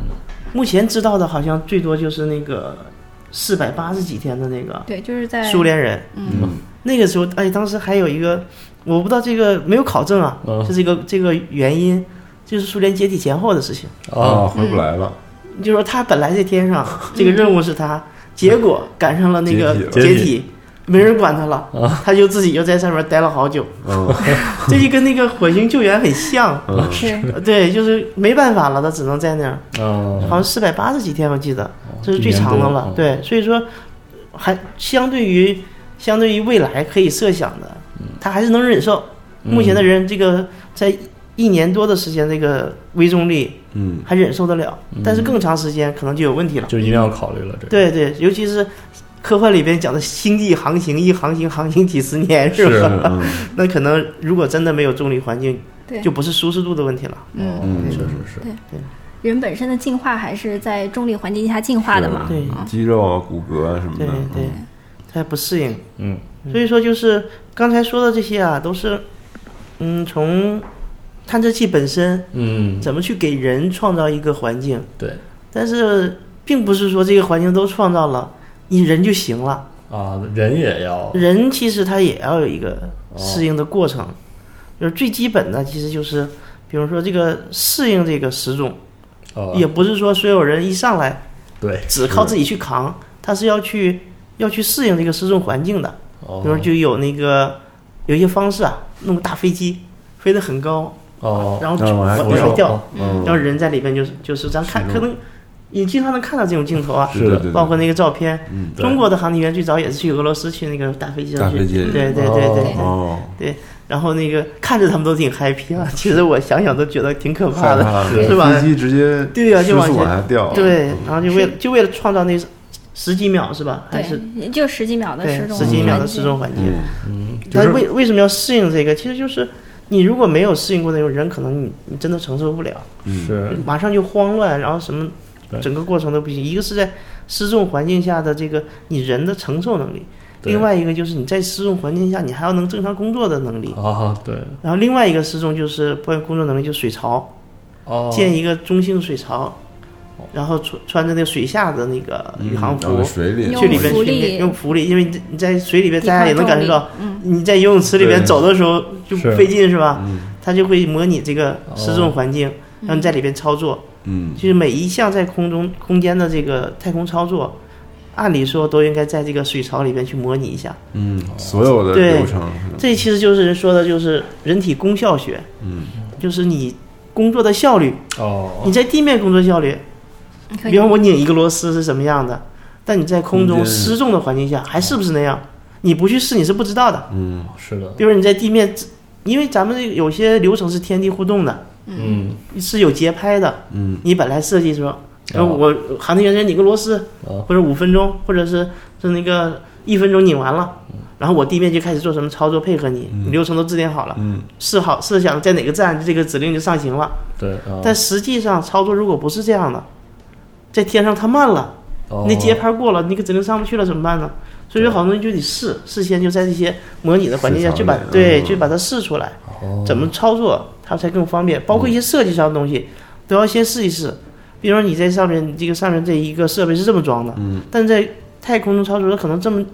S3: 目前知道的好像最多就是那个四百八十几天的那个
S4: 对，就是在
S3: 苏联人，
S1: 嗯
S3: 那个时候，哎，当时还有一个，我不知道这个没有考证啊，
S2: 嗯
S3: 就这个这个原因，就是苏联解体前后的事情。
S2: 哦
S1: 啊，回不来了，
S3: 就说他本来在天上，这个任务是他，结果赶上了那个
S1: 解
S2: 体了
S3: 解
S2: 解
S3: 体，没人管他了，他就自己又在上面待了好久。
S1: 嗯，
S3: 这就跟那个火星救援很像，
S1: 嗯
S4: 是
S3: 对，就是没办法了，他只能在那儿，
S2: 哦，
S3: 好像四百八十几天我记得，这是
S2: 一
S3: 最
S2: 年
S3: 长的
S2: 多
S3: 了
S2: 嗯。
S3: 对，所以说还相对于相对于未来可以设想的，
S2: 嗯
S3: 他还是能忍受。目前的人这个在一年多的时间，这个微重力
S1: 嗯，
S3: 还忍受得了，但是更长时间可能就有问题了。
S2: 就一定要考虑了这个。
S3: 对对，尤其是科幻里边讲的星际航行，一航行航行几十年，是吧？
S1: 嗯
S3: 那可能如果真的没有重力环境，
S4: 对
S3: 就不是舒适度的问题了。
S4: 嗯
S1: 嗯
S2: 确实是。
S4: 人本身的进化还是在重力环境下进化的嘛，
S3: 对
S4: 啊
S1: 肌肉啊、骨骼啊什么
S3: 对
S1: 的，
S3: 对，它不适应。
S2: 嗯
S3: 所以说，就是刚才说的这些啊，都是嗯，从探测器本身
S2: 嗯，
S3: 怎么去给人创造一个环境，
S2: 对
S3: 但是并不是说这个环境都创造了，你人就行了。
S2: 啊，人也要
S3: 人其实他也要有一个适应的过
S2: 哦
S3: 程，就是最基本的，其实就是比如说这个适应这个时钟，
S2: 呃，
S3: 也不是说所有人一上来
S2: 对，
S3: 只靠自己去扛，他是要去要去适应这个失重环境的。
S2: 哦
S3: 比如就有那个有一些方式啊，弄个大飞机飞得很高，
S2: 哦，
S3: 然后
S1: 让往下
S3: 往
S1: 掉
S3: 下掉，
S1: 嗯
S3: 然后人在里边就是就是咱看
S1: 是
S3: 可能也经常能看到这种镜头啊，
S1: 是的
S2: 是的
S1: 对对，
S3: 包括那个照片。
S1: 嗯
S2: 对
S3: 中国的航天员最早也是去俄罗斯去那个大飞机
S1: 大
S3: 上去，
S1: 飞机
S3: 对对对对对。
S1: 哦，
S3: 然后那个看着他们都挺 happy 啊，其实我想想都觉得挺可怕
S1: 害
S3: 的。
S1: 怕
S2: 是
S3: 是吧
S1: 飞机直接
S3: 对呀就
S1: 失
S3: 往
S1: 速
S3: 前
S1: 往下掉，
S3: 对，然后就为就为了创造那十几秒是吧？还是
S4: 对，就十几秒的
S3: 对
S4: 失重，
S3: 十几秒的失，重环境。
S1: 嗯，
S2: 嗯，就
S3: 但
S2: 是
S3: 为为什么要适应这个？其实就是你如果没有适应过那种人，可能你你真的承受不了，
S1: 嗯
S2: 是
S3: 马上就慌乱，然后什么
S2: 对
S3: 整个过程都不行。一个是在失重环境下的这个你人的承受能力，
S2: 对
S3: 另外一个就是你在失重环境下你还要能正常工作的能力。
S2: 啊，对，
S3: 然后另外一个失重就是不管工作能力，就水槽，
S2: 哦，
S3: 建一个中性水槽，然后穿穿着那个水下的那个
S2: 嗯
S3: 宇嗯航
S1: 嗯然后
S3: 服。
S1: 水里嗯
S4: 用
S3: 去里边
S4: 浮
S3: 训
S4: 力
S3: 练，用浮力，因为你在你在水里边，
S4: 抵
S3: 大家也
S4: 抗
S3: 能
S4: 重
S3: 感受
S4: 力
S3: 到，
S4: 嗯，
S3: 你在游泳池里面
S2: 对
S3: 走的时候就是费劲是吧？
S1: 嗯
S3: 它就会模拟这个失重环境，让你在里边操作。
S1: 哦嗯，
S3: 就是每一项在空中空间的这个太空操作，按理说都应该在这个水槽里边去模拟一下。
S1: 嗯，所有的
S3: 对
S1: 流程，
S3: 这其实就是人说的，就是人体工效学，
S1: 嗯，
S3: 就是你工作的效率，
S2: 哦，
S3: 你在地面工作效率，
S4: 可
S3: 比
S4: 以
S3: 方我拧一个螺丝是什么样的，但你在空
S1: 空
S3: 中
S1: 间
S3: 失重的环境下还是不是那样？你不去试你是不知道的。
S2: 哦是的，
S3: 比如你在地面，因为咱们这个有些流程是天地互动的，
S2: 嗯，
S3: 是有节拍的。
S1: 嗯，哦
S3: 你本来设计说，然后我航天员先拧个螺丝，
S2: 啊，
S3: 或者五分钟，或者是是那个一分钟拧完了，
S1: 嗯
S3: 然后我地面就开始做什么操作配合你，你流程都制定好了，
S1: 嗯，
S3: 试好设想在哪个站这个指令就上行了。
S2: 对
S1: 哦
S2: 啊，
S3: 但实际上操作如果不是这样的，在天上它慢了，
S2: 哦
S3: 那节拍过了，那个指令上不去了怎么办呢？所以说好多东西就得试，事先就在这些模拟的环境
S1: 市
S3: 下
S1: 场
S3: 去把
S1: 里嗯
S3: 对，去把它试出来。
S2: 哦
S3: 怎么操作，它才更方便。
S1: 嗯
S3: 包括一些设计上的东西，都要先试一试。比如说你在上面，你这个上面这一个设备是这么装的，嗯，但在太空中操作，它可能这么，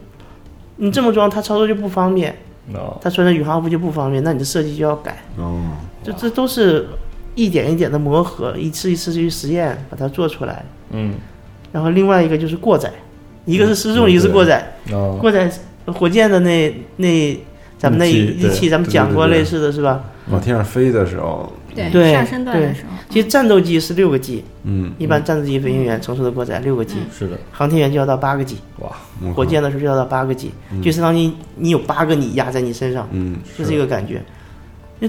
S3: 你这么装，它操作就不方便，
S2: 哦，
S3: 它穿着宇航服就不方便，那你的设计就要改。
S1: 哦，
S3: 这这都是一点一点的磨合，一次一次去实验把它做出来。
S2: 嗯，
S3: 然后另外一个就是过载，一个是失重，
S1: 嗯
S3: 一个是
S1: 对
S3: 过载。
S2: 哦，
S3: 过载火箭的那那咱们那
S2: 一
S3: 一
S2: 期对
S3: 一期咱们
S1: 对
S3: 讲过
S1: 对对
S3: 类似的是吧？
S1: 往天上飞的时候，
S3: 对
S4: 对，上升段的时候，
S3: 其实战斗机是六个 G，
S1: 嗯，
S3: 一般战斗机飞行员承受的过载六个 G，、
S2: 是的，
S3: 航天员就要到八个 G，
S2: 哇，
S1: 嗯我靠
S3: 火，箭的时候就要到八个 G，、就相当于你有八个你压在你身上，
S1: 嗯，
S3: 就这个感觉。那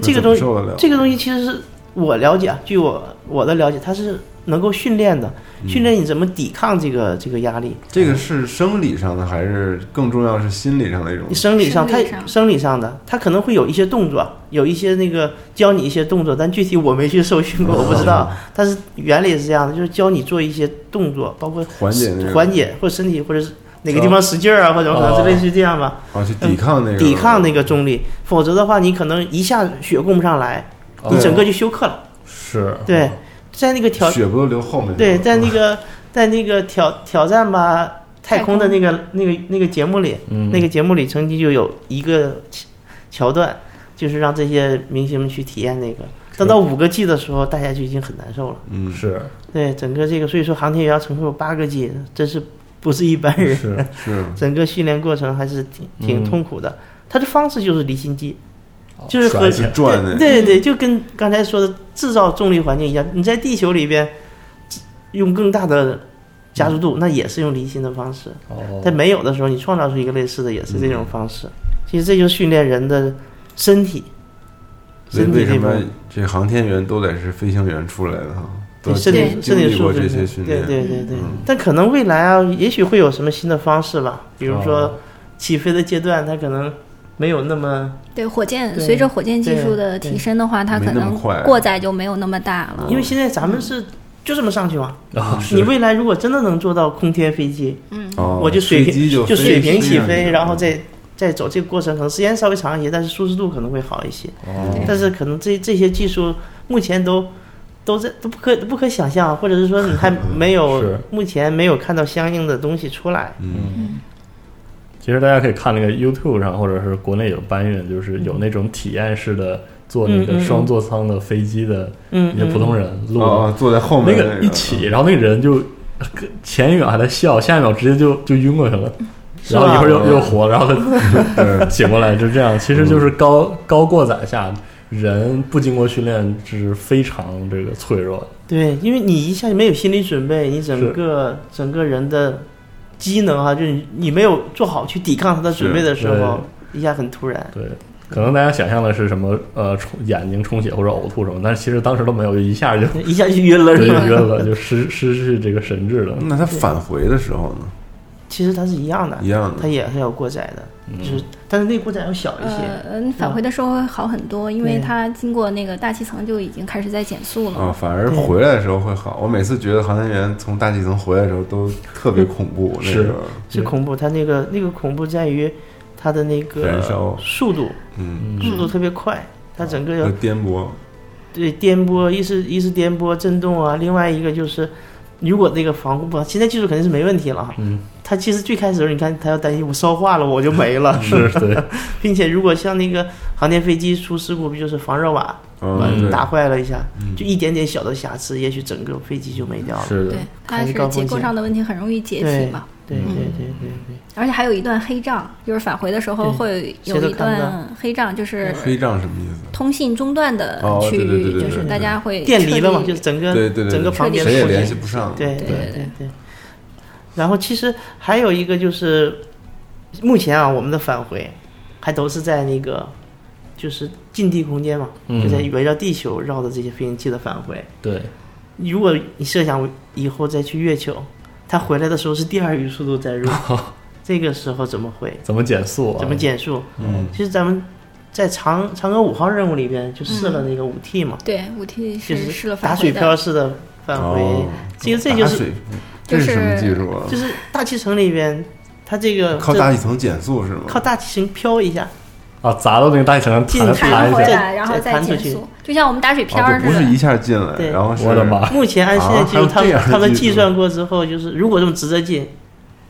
S1: 那
S3: 这个
S1: 怎
S3: 东
S1: 么
S3: 西，
S1: 受得了，
S3: 这个东西其实是我了解，啊，据我我的了解，它是能够训练的，
S1: 嗯
S3: 训练你怎么抵抗这个这个压力。
S1: 这个是生理上的，还是更重要是心理上的一种
S3: 你？生理上，
S4: 生
S3: 它
S4: 理上
S3: 生理上的，它可能会有一些动作，有一些那个教你一些动作，但具体我没去受训
S1: 哦
S3: 过，我不知道。但是原理是这样的，就是教你做一些动作，包括
S1: 缓解那个
S3: 缓解或者身体或者是哪个地方使劲儿啊，或者可能
S2: 哦
S3: 是类似于这样吧，
S1: 啊，去抵抗那个
S3: 抵抗那个重力，否则的话你可能一下血供不上来，
S1: 哦
S3: 你整个就休克了。
S2: 哦是，
S3: 对，在那个挑
S1: 血哦不都流后面？
S3: 对在那个在那个挑挑战吧太空的那个那个那个节目里，
S2: 嗯，
S3: 那个节目里曾经就有一个桥桥段，就是让这些明星们去体验那个。但到五个 G 的时候，大家就已经很难受了。
S1: 嗯，
S2: 是
S3: 对，整个这个，所以说航天员要承受八个 G，真是不是一般人。
S2: 是，
S1: 是，
S3: 整个训练过程还是挺挺
S2: 嗯
S3: 痛苦的。他的方式就是离心机，就是
S2: 甩
S3: 和
S2: 起来
S1: 转那
S3: 对对对，就跟刚才说的制造重力环境一样，你在地球里边制用更大的加速
S2: 嗯
S3: 度，那也是用离心的方式。
S2: 哦，
S3: 在没有的时候，你创造出一个类似的，也是这
S1: 嗯
S3: 种方式。其实这就是训练人的身体，
S1: 所以
S3: 身
S1: 为
S3: 体
S1: 什
S3: 这
S1: 么
S3: 方
S1: 这航天员都得是飞行员出来的哈？都
S3: 对身体
S1: 经
S3: 身体
S1: 经历
S3: 素
S1: 过
S3: 质
S1: 这些
S3: 是，
S1: 训
S3: 对
S1: 练，嗯
S3: 对对对。但可能未来啊，也许会有什么新的方式吧，比如说
S2: 哦
S3: 起飞的阶段，它可能没有那么。
S4: 对火箭，
S3: 对
S4: 随着火箭技术的
S3: 对
S4: 提升的话，它
S1: 没
S4: 可
S1: 那么
S4: 能
S1: 快啊
S4: 过载就没有那么大了。
S3: 因为现在咱们是就这么上去嘛。
S2: 啊，
S3: 你
S2: 是
S3: 未来如果真的能做到空天飞机，
S1: 哦
S3: 嗯我就水
S1: 飞
S3: 平
S1: 机就
S3: 就
S1: 飞
S3: 水平起
S1: 上去
S3: 飞，
S1: 了
S3: 然后再再走这个过程，可能时间稍微长一些，但是舒适度可能会好一些。
S1: 哦，
S3: 但是可能这这些技术目前都都在都不可不可想象，或者是说你还没有
S2: 是
S3: 目前没有看到相应的东西出来。
S1: 嗯
S2: 其实大家可以看那个 YouTube 上，或者是国内有搬运，就是有那种体验式的坐那
S3: 嗯嗯嗯
S2: 个
S3: 嗯
S2: 双座舱的飞机的
S3: 嗯
S2: 一些普通人录的
S1: 哦，坐在后
S2: 那
S1: 面
S2: 个一起，然后那个人就呃跟前一秒还在笑，下一秒直接就就晕过去了，
S3: 是
S2: 然后一会儿
S1: 吧
S2: 又又活，然后他
S1: 对，
S2: 醒过来，就这样。其实就是高高过载下，人不经过训练是非常这个脆弱的。
S3: 对，因为你一下没有心理准备，你整个整个人的机能哈、就是你你没有做好去抵抗它的准备的时候，一下很突然。
S2: 对，可能大家想象的是什么呃充眼睛充血或者呕吐什么，但是其实当时都没有，就一下就
S3: 一下就晕了
S2: 就是
S3: 吧？
S2: 晕了，就失失去这个神智了。
S1: 嗯那他返回的时候呢，
S3: 其实它是一样的，
S1: 一样
S3: 它
S1: 的，
S3: 也是有过载的，
S2: 嗯
S3: 就是但是那过载要小一些。嗯
S4: 呃，你返回的时候会好很多，因为
S3: 对
S4: 它经过那个大气层就已经开始在减速
S3: 嗯
S4: 了。
S1: 啊，反而回来的时候会好。我每次觉得航天员从大气层回来的时候都特别恐怖，那
S2: 是
S1: 个，
S3: 嗯是恐怖，它那个那个恐怖在于它的那
S1: 燃
S3: 个
S1: 烧
S3: 速度，
S1: 嗯，
S2: 嗯，
S3: 速度特别快，它整个
S1: 有
S3: 要
S1: 颠簸，
S3: 对颠簸，一是一是颠簸震动啊，另外一个就是如果那个防护不好，现在技术肯定是没问题了哈。
S2: 嗯，
S3: 它其实最开始的时候，你看它要担心我烧化了我就没了，
S1: 嗯
S2: 是对，
S3: 并且如果像那个航天飞机出事故，不就是防热瓦把
S1: 嗯，对，
S3: 打坏了一下，
S1: 嗯
S3: 就一点点小的瑕疵，也许整个飞机就没掉了。
S2: 是的
S4: 对，，它
S3: 还是
S4: 是
S3: 高
S4: 结
S3: 风
S4: 构
S3: 险
S4: 上的问题，很容易解体
S3: 对
S4: 嘛。
S3: 对对对对对，
S4: 而且还有一段黑障，就是返回的时候
S3: 对
S4: 会有
S3: 谁都
S4: 一
S3: 看不到
S4: 段黑障，就是
S1: 黑障什么意思？
S4: 通信中断的
S1: 哦
S4: 区
S1: 对对对
S4: 域，
S1: 对
S4: 就
S1: 对
S4: 是
S1: 对
S4: 大家会
S3: 电离了嘛，
S4: 嗯彻
S3: 就
S4: 底
S3: 是整个
S1: 对对对，
S3: 整个旁边的
S1: 谁也
S3: 附近
S1: 联系不上，
S3: 对
S4: 对
S3: 对
S4: 对
S3: 对。然后其实还有一个就是，目前啊，我们的返回还都是在那个就是近地空间嘛，
S2: 嗯
S3: 就在围绕地球绕的这些飞行器的返回。
S2: 对，
S3: 如果你设想以后再去月球，它回来的时候是第二语速度在 入，这个时候怎么回？
S2: 怎么减速啊？
S3: 怎么？减速？
S1: 嗯，
S3: 其实咱们在嫦嫦娥五号任务里边就试了那个五 T 嘛，
S4: 对五 T
S3: 就是
S4: 嗯试了
S3: 是
S4: 返
S3: 打
S4: 回
S3: 水漂
S4: 的，
S3: 式的返回。
S1: 哦
S3: 其实这就
S1: 打
S3: 是
S1: 水这是什么技术啊？
S3: 就是大气层里边，它这个
S1: 靠
S3: 这
S1: 大气层减速是吗？
S3: 靠大气层飘一下，
S2: 啊，砸到那个大气层
S3: 进
S2: 弹
S3: 弹
S2: 弹
S4: 弹
S2: 一
S4: 回
S2: 下
S3: 再。
S4: 来，然后
S3: 再
S4: 再
S3: 弹出
S4: 减
S3: 去
S4: 速，就像我们打水漂
S1: 啊，
S4: 儿
S1: 就不
S4: 似
S1: 是一
S4: 的。
S1: 下进来，
S3: 对
S1: 然后是
S2: 我的妈！
S3: 目前按现在技术，
S1: 啊
S3: 他
S1: 还有这
S3: 们
S1: 样的
S3: 他们
S1: 技
S3: 计
S1: 术
S3: 算过之后，就是如果这么直着进，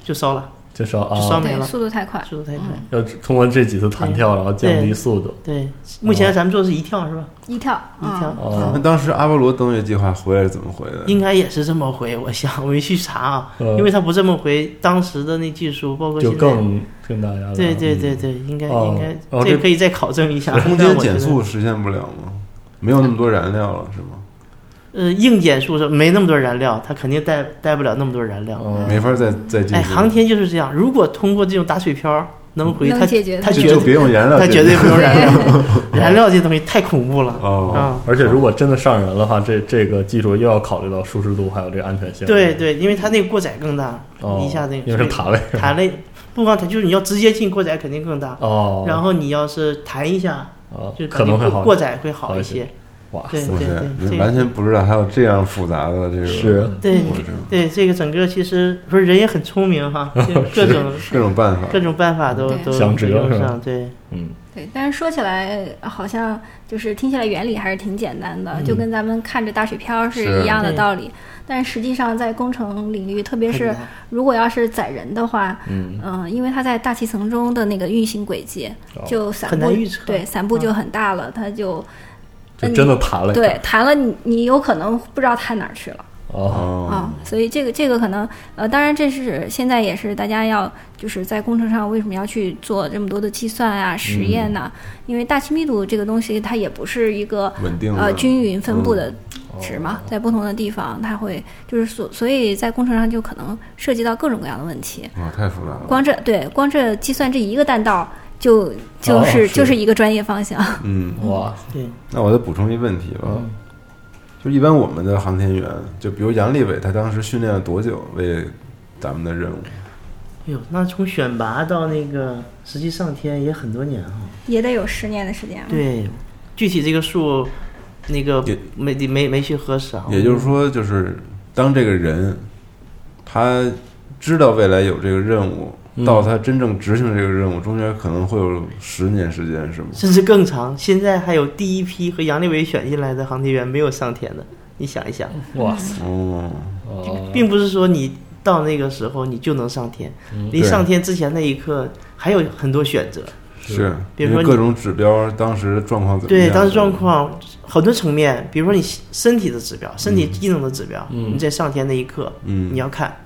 S3: 就烧了，
S2: 就说
S3: 就烧
S2: 啊，
S3: 没
S4: 对，
S3: 了
S4: 速度太快，
S3: 速度太快。
S2: 要通过这几次弹跳，然后降低速度。
S3: 对，
S1: 嗯
S3: 目前咱们做的是一跳是吧？
S4: 一跳，
S3: 一
S4: 嗯
S3: 跳，
S2: 哦
S1: 那， 当时阿波罗登月计划回来是怎么回的？
S3: 应该也是这么回，我想我没去查啊，
S2: 嗯
S3: 因为他不这么回，当时的那技术包括
S2: 就
S3: 现在。
S2: 更更大压力。
S3: 对对对对，
S1: 嗯
S3: 应该
S2: 哦
S3: 应
S2: 哦
S3: 该，
S2: 这
S3: 这可以再考证一下。
S1: 空
S3: 但
S1: 间
S3: 我觉
S1: 减
S3: 得，
S1: 速实现不了吗？没有那么多燃料了是吗？
S3: 呃，硬减速是没那么多燃料，它肯定带带不了那么多燃料。
S2: 嗯，
S1: 没法再再进
S3: 哎，
S1: 去，
S3: 航天就是这样，如果通过这种打水漂能回，
S4: 能
S3: 它
S4: 解决
S3: 它
S4: 的
S1: 就
S3: 绝
S1: 就
S3: 对
S1: 别用燃料
S3: 它
S1: 解决，
S3: 绝对 不用燃料， 燃料这东西太恐怖了
S1: 哦
S3: 啊！
S2: 而且如果真的上人的话，这这个技术又要考虑到舒适度还有这个安全性。
S3: 对，对，因为它那个过载更大，
S2: 哦，
S3: 一下那个
S2: 因为是弹位。
S3: 弹了，不光弹，就是你要直接进过载肯定更大，
S2: 哦，
S3: 然后你要是弹一下，
S2: 哦
S3: 就是把
S2: 可能会
S3: 那个
S2: 好
S3: 过载会好
S2: 好一
S3: 一
S2: 些
S3: 些。
S2: 哇，
S3: 对
S1: 哇
S3: 对
S1: 塞
S3: 对，
S1: 你
S3: 这
S1: 完
S3: 个
S1: 全不知道还有这样复杂的这个
S2: 是
S3: 对
S1: 我知道
S3: 对这个整个其实不是人也很聪明哈， 就各种
S1: 各种办法
S3: 各种办法都
S4: 对
S3: 都
S2: 想
S3: 都
S2: 辙
S3: 用
S2: 是吧
S3: 上，对
S2: 嗯，
S4: 对，但是说起来好像就是听起来原理还是挺简单的，就跟咱们看着打水漂是
S1: 是
S4: 一样的
S3: 对
S4: 道理。但实际上在工程领域，特别
S3: 很
S4: 是
S3: 难
S4: 如果要是载人的话，
S2: 嗯
S4: 呃因为它在大气层中的那个运行轨迹
S2: 哦嗯
S4: 就散
S3: 很
S4: 布
S3: 难预测
S4: 对散布就很大了，它就
S2: 就真的弹了。
S4: 对弹了你，你有可能不知道弹哪儿去了。
S2: 哦，
S1: 哦
S4: 啊，所以这个这个可能呃，当然这是现在也是大家要就是在工程上为什么要去做这么多的计算啊、
S2: 嗯
S4: 实验呐、因为大气密度这个东西它也不是一个
S1: 稳
S2: 嗯
S1: 定
S4: 呃
S1: 了，
S4: 均匀分布的值
S2: 哦
S4: 嘛，在不同的地方它会就是所所以在工程上就可能涉及到各种各样的问题。
S1: 哇，太复杂了，
S4: 光这对光这计算这一个弹道就就
S2: 哦
S4: 是,、
S2: 是
S4: 就是一个专业方向。
S1: 嗯，
S2: 哇，
S3: 对
S1: 那我再补充一问题吧，
S2: 嗯
S1: 就一般我们的航天员，就比如杨利伟，他当时训练了多久为咱们的任务？
S3: 哎呦，那从选拔到那个实际上天也很多年啊。
S4: 也得有十年的时间啊了。
S3: 对，具体这个数，那个
S1: 也
S3: 没没没去核实啊。
S1: 也就是说，就是当这个人他知道未来有这个任务，
S3: 嗯
S1: 到它真正执行这个任务，中间可能会有十年时间，是吗？
S3: 甚至更长。现在还有第一批和杨利伟选进来的航天员没有上天的，你想一想，
S2: 哇塞，
S1: 哦，
S2: 哦
S3: 嗯并不是说你到那个时候你就能上天，离
S1: 嗯对
S3: 上天之前那一刻还有很多选择。
S1: 是，
S3: 比如
S1: 因
S3: 说
S1: 为
S3: 你
S1: 各种指标当时状况怎么样？
S3: 对，当时状况很多层面，比如说你身体的指标、身体机能的指标，
S2: 嗯
S3: 你在上天那一刻
S1: 嗯
S3: 你，要看，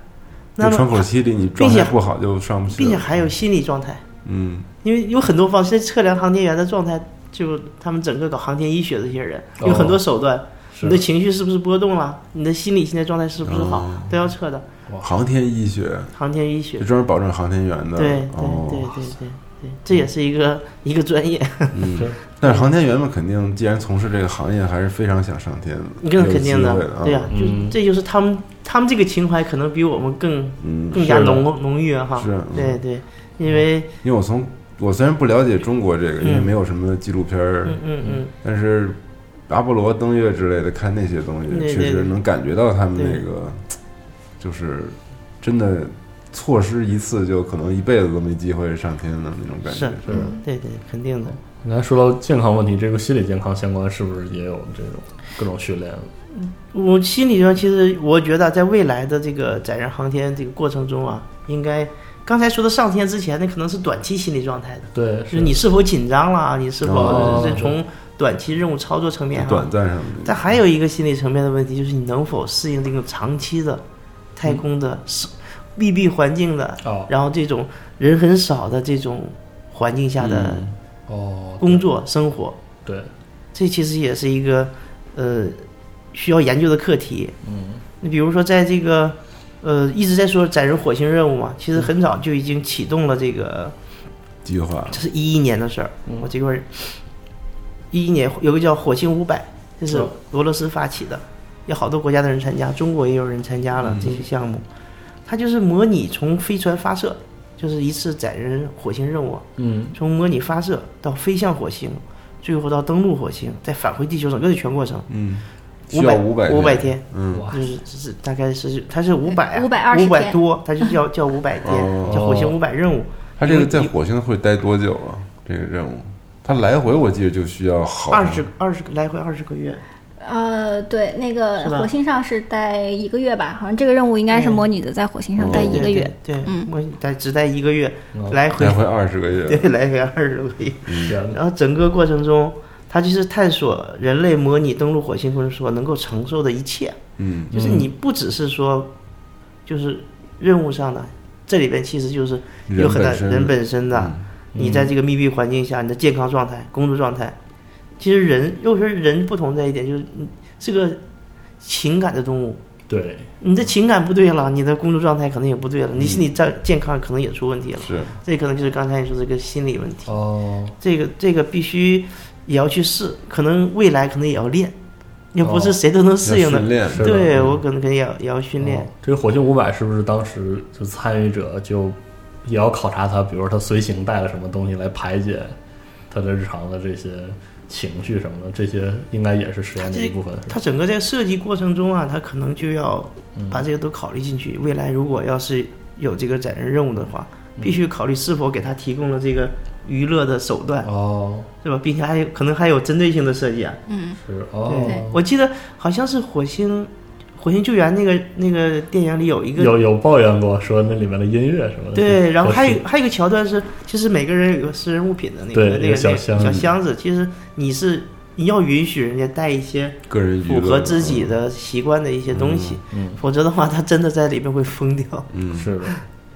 S3: 那
S1: 这窗口
S3: 么
S1: 期里你状态
S3: 并且
S1: 不好就上不去了，
S3: 并且还有心理状态，
S1: 嗯
S3: 因为有很多方式测量航天员的状态，就他们整个搞航天医学的这些人
S1: 哦
S3: 有很多手段，
S2: 是
S3: 你的情绪是不是波动了，你的心理现在状态是不是好，
S1: 哦
S3: 都要测的。
S1: 航天医学
S3: 航天医学
S1: 就，专门保证航天员的，
S3: 对对对
S1: 哦，
S3: 对对对，这也是一个一个专业，
S1: 嗯
S2: 是，
S1: 但是航天员们肯定，既然从事这个行业，还是非常想上天的，
S3: 那肯定
S1: 有机
S3: 的
S1: 会的，啊
S3: 对呀、就
S2: 嗯
S3: 这就是他们他们这个情怀可能比我们更
S1: 嗯，
S3: 更加
S2: 是的
S3: 浓浓郁啊哈，
S1: 是，嗯
S3: 对对，因为
S1: 因为我从我虽然不了解中国这个，因为
S3: 嗯
S1: 没有什么纪录片儿，
S3: 嗯嗯嗯，
S1: 但是阿波罗登月之类的，看那些东西，
S3: 对
S1: 确实
S3: 对
S1: 能感觉到他们
S3: 对
S1: 那个，就是真的错失一次，就可能一辈子都没机会上天的那种感觉。
S3: 是
S2: 是
S3: 对对，肯定的。
S2: 刚才说到健康问题，这个心理健康相关是不是也有这种各种训练？
S3: 我心理上其实我觉得，在未来的这个载人航天这个过程中啊，应该刚才说的上天之前，那可能是短期心理状态的，
S2: 对，
S3: 就是你是否紧张啦，你是
S1: 哦
S3: 否是从短期任务操作层面
S1: 短
S3: 啊。
S1: 暂上
S3: 但
S1: 的，
S3: 还有一个心理层面的问题，就是你能否适应这种长期的
S1: 嗯
S3: 太空的、是密闭环境的，
S2: 哦
S3: 然后这种人很少的这种环境下
S1: 嗯
S3: 的
S2: 哦，
S3: 工作生活。
S2: 对，
S3: 这其实也是一个呃需要研究的课题。嗯，你比如说，在这个呃一直在说载人火星任务嘛，其实很早就已经启动了这个，
S1: 计划
S3: 这是一一年的事儿。我这块一一年有个叫火星五百，这是
S2: 嗯
S3: 俄罗斯发起的，有好多国家的人参加，中国也有人参加了这些项目。它就是模拟从飞船发射，就是一次载人火星任务。
S2: 嗯，
S3: 从模拟发射到飞向火星，最后到登陆火星，再返回地球，整个的全过程
S1: 嗯，需
S3: 五
S1: 要
S3: 百
S1: 五百
S3: 五百
S1: 天，
S3: 天，
S1: 嗯，
S2: 哇，
S3: 就是是大概是它是五百啊
S4: 520
S3: 五百
S4: 天
S3: 多，它就叫叫五百天
S1: 哦，
S3: 叫火星五百任务，
S1: 他这个在火星会待多久啊？这个任务，他来回我记得就需要好
S3: 二十二十来回二十个月，
S4: 呃，对，那个
S3: 是吧
S4: 火星上是待一个月吧，好像这个任务应该是模拟的，在火星上
S1: 嗯
S4: 待
S3: 对
S4: 一个月。，
S3: 对，对
S4: 嗯
S3: 我待只待一个月，
S2: 哦
S3: 来回
S1: 来回二十个月，
S3: 对来回二十个月，
S2: 天哪
S3: 然后整个过程中。它就是探索人类模拟登陆火星过程所能够承受的一切，
S1: 嗯
S3: 就是
S2: 嗯
S3: 你不只是说，就是任务上的，这里边其实就是有
S1: 人
S3: 很大
S1: 本身嗯
S3: 人本身的，你在这个密闭环境下，你的健康状态、工作状态，其实人，尤其是人不同在一点，就是你是个情感的动物，
S2: 对，
S3: 你的情感不对了，你的工作状态可能也不对了，
S1: 嗯
S3: 你心理健健康可能也出问题了，
S1: 是
S3: 这可能就是刚才你说这个心理问题，
S2: 哦，
S3: 这个这个必须也要去试，可能未来可能也要练，也不
S2: 哦
S3: 是谁都能适应
S1: 要
S3: 的。
S1: 训练
S2: 是的
S3: 对
S2: 嗯
S3: 我可能可能也要也要训练
S2: 哦。这个火星五百是不是当时就参与者就也要考察他，比如说他随行带了什么东西来排解他的日常的这些情绪什么的，这些应该也是实验的一部分，是吧？
S3: 它整个在设计过程中啊，它可能就要
S2: 嗯
S3: 把这个都考虑进去。未来如果要是有这个载人任务的话，
S2: 嗯
S3: 必须考虑是否给它提供了这个娱乐的手段，
S2: 哦，
S3: 对吧？并且还有可能还有针对性的设计啊。
S4: 嗯，
S2: 是
S4: 对
S2: 哦，
S3: 我记得好像是火星火星救援那个那个电影里有一个
S2: 有有抱怨过说那里面的音 乐什么的，
S3: 对，然后还
S2: 是
S3: 有还有一个桥段是，就是每个人有个私人物品的那
S2: 对
S3: 个那
S2: 有
S3: 个
S2: 小
S3: 那个
S2: 箱
S3: 小
S1: 子
S3: 箱子，其实你是你要允许人家带一些。
S1: 个人娱
S3: 符
S1: 乐嗯
S3: 合自己，的习惯的一些东西，
S2: 嗯
S3: 否则的话，他真的在里面会疯掉。
S1: 嗯，
S2: 是的，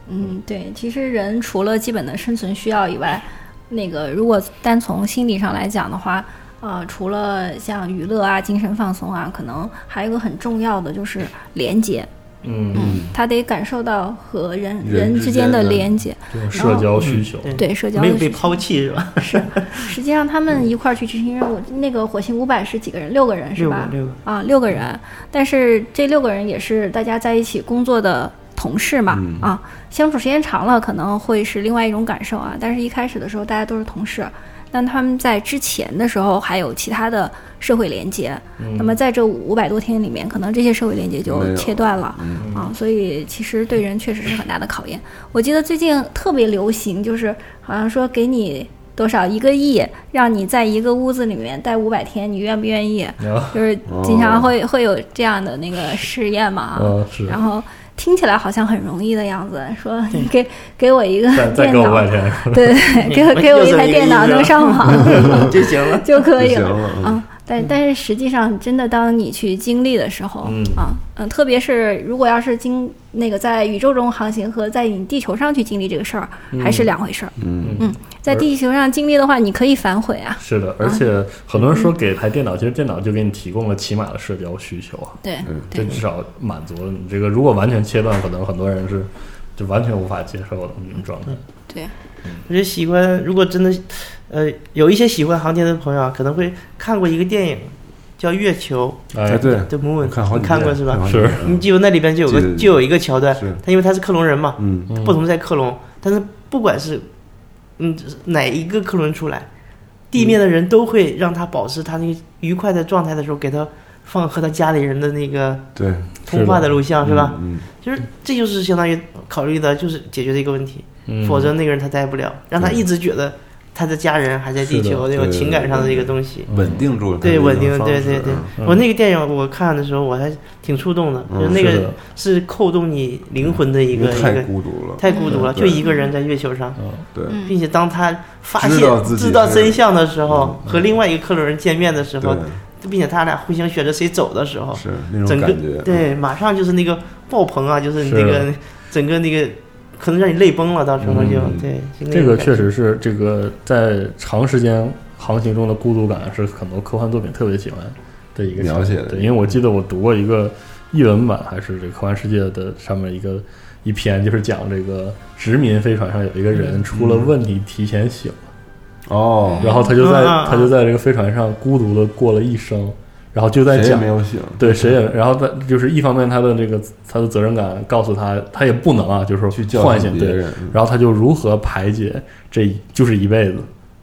S4: 嗯，对，其实人除了基本的生存需要以外，那个如果单从心理上来讲的话，呃，除了像娱乐啊、精神放松啊，可能还有一个很重要的就是连接。
S2: 嗯，
S4: 他得感受到和人
S1: 人
S4: 人
S1: 之
S4: 之间
S1: 间
S4: 的
S1: 的
S4: 连接，
S2: 这种社交需求，
S3: 对
S4: 对社交
S3: 嗯没有
S4: 的
S3: 被
S4: 需求
S3: 抛弃是 吧？
S4: 实际上，他们一块儿去执行任务，那个火星五百是几个人？六个人是
S3: 六
S4: 吧
S3: 个？六个，
S4: 啊，六个人。但是这六个人也是大家在一起工作的同事嘛，
S1: 嗯
S4: 啊，相处时间长了可能会是另外一种感受啊。但是一开始的时候，大家都是同事，但他们在之前的时候还有其他的社会连接，那么在这五百多天里面，可能这些社会连接
S1: 嗯没
S4: 就
S1: 有
S4: 切断了。
S1: 嗯
S4: 啊，所以其实对人确实是很大的考验。我记得最近特别流行，就是好像说给你多少一个亿，让你在一个屋子里面待五百天，你愿不愿意？
S2: 然后
S4: 就是经常会、会有这样的那个试验嘛。
S2: 嗯是
S4: 啊然后听起来好像很容易的样子，说你给给我一个
S2: 再再
S4: 电
S2: 给我
S4: 脑
S2: 半，天，
S4: 对对，对给我给我一台电脑能上 网
S3: 就行了。
S4: 就可以
S1: 就行
S4: 了。
S1: 了嗯
S4: 啊，但但是实际上，真的当你去经历的时候，
S2: 嗯
S4: 啊，嗯，特别是如果要是经那个在宇宙中航行和在你地球上去经历这个事儿，还是两回事儿。
S1: 嗯
S4: 嗯，在地球上经历的话，你可以反悔啊，嗯
S2: 是的，而且很多人说给台电脑，其实电脑就给你提供了起码的社交需求啊，
S4: 对
S1: 嗯
S2: 这至少满足了你这个。如果完全切断，可能很多人是就完全无法接受的那种状态。
S4: 对，
S3: 我觉得喜欢，如果真的，呃，有一些喜欢航天的朋友啊，可能会看过一个电影叫《月球
S1: 哎
S2: 哎，
S1: 对》，
S3: The Moon，
S1: 我看好几
S3: 你看过
S1: 遍
S3: 是吧？
S1: 看好几遍
S2: 是
S3: 你记得那里边就有个
S1: 记得
S3: 就有一个桥段
S1: 是，
S3: 他因为他是克隆人嘛，
S1: 嗯
S2: 嗯
S3: 不同在克隆，但是不管是嗯哪一个克隆出来，地面的人都会让他保持他那个愉快的状态的时候，给他放和他家里人的那个
S1: 对
S3: 通话的录像啊是吧？
S1: 嗯
S3: 就是这就是相当于考虑的就是解决这个问题，
S2: 嗯
S3: 否则那个人他待不了，让他一直觉得他的家人还在地
S2: 是的
S3: 球，这
S1: 对
S3: 种
S1: 对
S3: 情感上的这个东西。
S1: 嗯稳定住了它的
S3: 对，
S1: 一个
S3: 稳定，
S1: 方
S3: 对
S1: 式
S3: 对对
S1: 嗯。
S3: 我那个电影我看的时候，我还挺触动的，
S1: 嗯
S3: 就是那
S2: 是
S3: 个
S2: 的
S3: 是扣动你灵魂的一
S1: 因
S3: 个
S1: 为
S3: 一
S1: 太
S3: 个
S1: 孤独了，
S3: 太孤独了，
S1: 嗯对
S3: 就一个人在月球上，
S1: 对，
S4: 嗯
S3: 并且当他发现
S1: 知道自己
S3: 知道
S1: 是嗯
S3: 真相的时候，和另外一个克隆人见面的时候，
S1: 对，
S3: 并且他俩互相选择谁走的时候，
S1: 是那种
S3: 哦整
S1: 感
S3: 个
S1: 觉，嗯
S3: 对，马上就是那个爆棚啊，就是
S2: 是
S3: 那个整个那个可能让你泪崩了，到时候就
S1: 嗯
S3: 对就那
S2: 这
S3: 种
S2: 个
S3: 感
S2: 确
S3: 觉
S2: 实是这个在长时间航行中的孤独感是很多科幻作品特别喜欢的一个
S1: 描
S2: 情
S1: 写
S2: 况
S1: 的
S2: 对，因为我记得我读过一个译文版还是这个科幻世界的上面一个一篇，就是讲这个殖民飞船上有一个人出了问题，提前醒了，
S1: 哦，
S2: 然后他就在
S3: 啊啊啊
S2: 他就在这个飞船上孤独的过了一生，然后就在
S1: 谁也
S2: 讲
S1: 没有醒，
S2: 对，谁也，然后他就是一方面他的这个他的责任感告诉他，他也不能啊，就是
S1: 去
S2: 说
S1: 教
S2: 唤
S1: 训
S2: 醒
S1: 别
S2: 对
S1: 人，嗯
S2: 然后他就如何排解这一就是一辈子，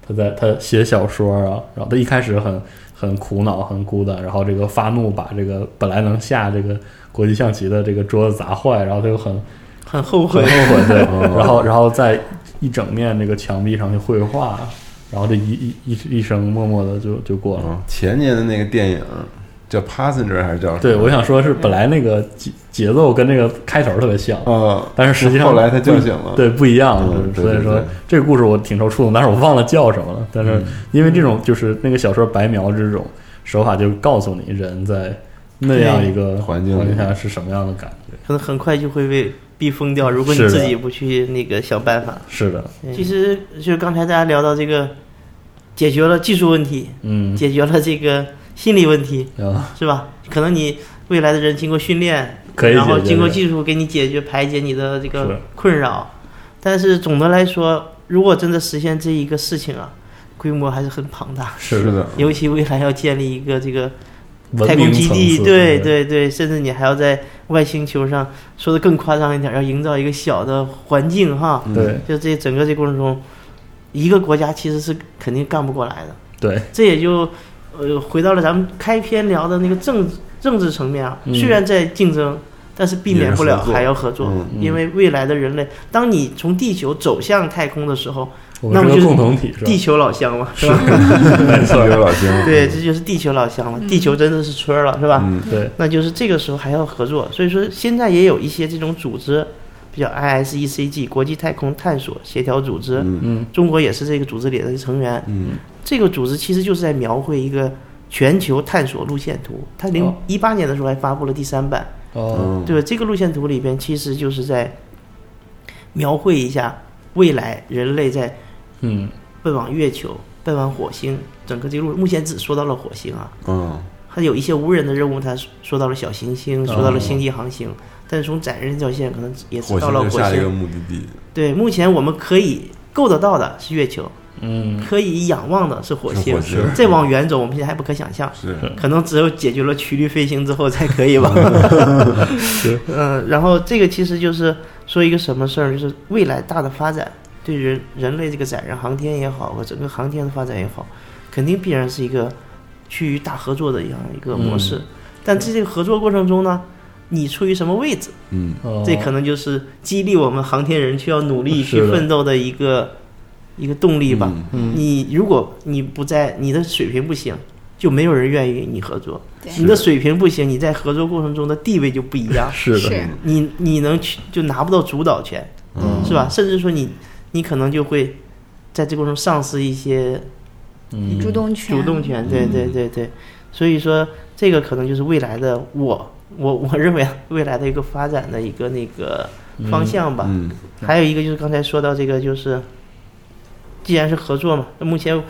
S2: 他在他写小说啊，然后他一开始很很苦恼很孤单，然后这个发怒把这个本来能下这个国际象棋的这个桌子砸坏，然后他又很
S3: 很后
S2: 很
S3: 悔
S2: 后。悔，对，
S1: 嗯
S2: 然后然后在一整面那个墙壁上去绘画，然后这一一一一生默默的就就过了。
S1: 嗯前年的那个电影叫《Passenger》还是叫什么？
S2: 对，我想说是本来那个节节奏跟那个开头特别像，
S1: 呃，
S2: 但是实际上
S1: 后来他
S2: 不一
S1: 叫醒了
S2: 对，不一样了。
S1: 嗯
S2: 就是
S1: 对
S2: 所以
S1: 对嗯
S2: 说
S1: 对
S2: 这个故事我挺受触动，但是我忘了叫什么了。但是因为这种就是那个小说白描这种手法，就告诉你人在那样一个
S1: 环境里
S2: 下是什么样的感觉。
S3: 可能很快就会被逼疯掉，如果你
S2: 是的
S3: 自己不去那个想办法。
S2: 是的，
S1: 嗯
S3: 其实就是刚才大家聊到这个，解决了技术问题，
S2: 嗯，
S3: 解决了这个心理问题，
S2: 啊，
S3: 是吧？可能你未来的人经过训练，
S2: 可以
S3: 然后
S2: 解决
S3: 经过
S2: 的
S3: 技术给你解决排解你的这
S2: 是
S3: 个困扰。但是总的来说，如果真的实现这一个事情啊，规模还是很庞大，
S1: 是的，
S3: 尤其未来要建立一个这个
S2: 文
S3: 太空
S2: 明
S3: 基
S2: 层
S3: 地，
S2: 次，
S3: 对，对对，甚至你还要在外星球上，说的更夸张一点，要营造一个小的环境哈。
S1: 嗯
S2: 对
S3: 就这整个这过程中，一个国家其实是肯定干不过来的。
S2: 对，
S3: 这也就呃回到了咱们开篇聊的那个政治政治层面啊，
S2: 嗯
S3: 虽然在竞争，但是避免不
S1: 也
S3: 了
S1: 是合作
S3: 还要合作，
S1: 嗯
S2: 嗯
S3: 因为未来的人类，当你从地球走向太空的时候，
S2: 我们
S3: 那么
S2: 是
S3: 就
S2: 个共
S3: 是
S2: 同体，是吧
S3: 地？球老乡了，是吧？
S2: 没错，
S1: 有老金，
S3: 对，这就是地球老乡了，地球真的是村儿了，是吧？
S1: 嗯，
S2: 对，
S3: 那就是这个时候还要合作。所以说，现在也有一些这种组织，比较 ISECG 国际太空探索协调组织，
S1: 嗯
S2: 嗯
S3: 中国也是这个组织里的成员。
S1: 嗯
S3: 这个组织其实就是在描绘一个全球探索路线图。它零
S2: 哦
S3: 一八年的时候还发布了第三版，
S2: 哦，
S1: 嗯，
S3: 对吧？这个路线图里边其实就是在描绘一下未来人类在
S2: 嗯，
S3: 奔往月球、奔往火星整个这个路。目前只说到了火星啊，
S1: 嗯，
S3: 它有一些无人的任务，它说到了小行星，说到
S2: 哦
S3: 了星际航行，但是从载人这条线可能也只
S1: 火
S3: 到
S1: 星就
S3: 了火星。
S1: 下一个目的地，
S3: 对，目前我们可以够得到的是月球，
S2: 嗯，
S3: 可以仰望的是火
S1: 是
S3: 星，
S1: 火星
S3: 再往远走，我们现在还不可想象。
S1: 是
S3: 可能只有解决了曲率飞行之后才可以吧。嗯，然后这个其实就是说一个什么事儿，就是未来大的发展，对人人类这个载人航天也好，和整个航天的发展也好，肯定必然是一个趋于大合作的一样一个模式。
S2: 嗯
S3: 但在这个合作过程中呢，你处于什么位置，
S1: 嗯，
S2: 哦
S3: 这可能就是激励我们航天人去要努力
S2: 是
S3: 去
S2: 的
S3: 奋斗的一个一个动力吧。
S1: 嗯
S2: 嗯，
S3: 你如果你不在，你的水平不行，就没有人愿意与你合作。
S4: 对
S3: 你的水平不行，你在合作过程中的地位就不一样
S2: 是的，
S4: 是
S3: 你你能去就拿不到主导权，
S2: 嗯
S3: 是吧？甚至说你你可能就会在这过程中丧失一些
S2: 嗯，
S4: 主动权，
S3: 主动权。对对对对，所以说这个可能就是未来的我，我我认为啊未来的一个发展的一个那个方向吧。
S1: 嗯
S3: 还有一个就是刚才说到这个，就是既然是合作嘛，那目前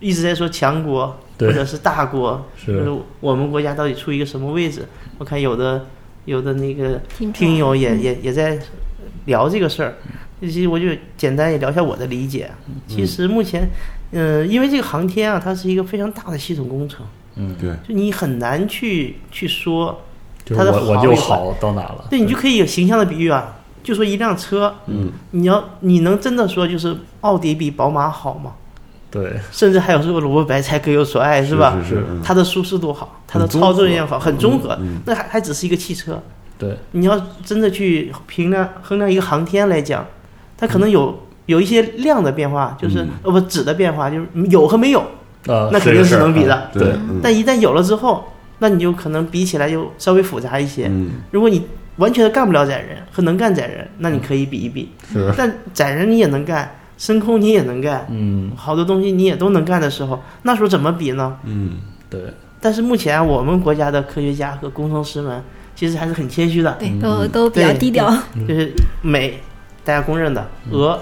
S3: 一直在说强国
S2: 对
S3: 或者是大国，
S2: 是
S3: 就是我们国家到底处于一个什么位置？我看有的有的那个
S4: 听
S3: 听友也
S4: 嗯
S3: 也也在聊这个事儿，其实我就简单也聊一下我的理解啊。其实目前，嗯，因为这个航天啊，它是一个非常大的系统工程，
S2: 嗯，
S1: 对，
S3: 就你很难去去
S2: 啊
S3: 说，
S2: 就是
S3: 他的
S2: 我我
S3: 好
S2: 就
S3: 与坏
S2: 好到哪了？
S3: 对，你就可以有形象的比喻啊，就说一辆车，
S1: 嗯，
S3: 你要你能真的说就是奥迪比宝马好吗？
S2: 对，
S3: 甚至还有说萝卜白菜各有所爱哎是吧？
S1: 是是嗯
S3: 它的舒适度好，它的
S1: 很综合
S3: 操作也好，很综合
S1: 嗯嗯。
S3: 那还还只是一个汽车，
S2: 对，
S3: 你要真的去评量衡量一个航天来讲，它可能有有一些量的变化，就是
S1: 嗯
S3: 呃不质的变化，就是有和没有。
S2: 啊，
S3: 那肯定
S2: 这个
S3: 是
S2: 事儿
S3: 能比的
S2: 啊对，
S1: 嗯
S3: 但一旦有了之后，那你就可能比起来就稍微复杂一些。
S1: 嗯
S3: 如果你完全干不了载人和能干载人，那你可以比一比。
S2: 是，
S3: 但载人你也能干，升空你也能干，
S2: 嗯，
S3: 好多东西你也都能干的时候，那时候怎么比呢？
S1: 嗯，
S2: 对，
S3: 但是目前我们国家的科学家和工程师们其实还是很谦虚的，
S4: 嗯对，都都比较
S3: 对
S4: 低调，
S1: 嗯
S3: 就是美，大家公认的俄，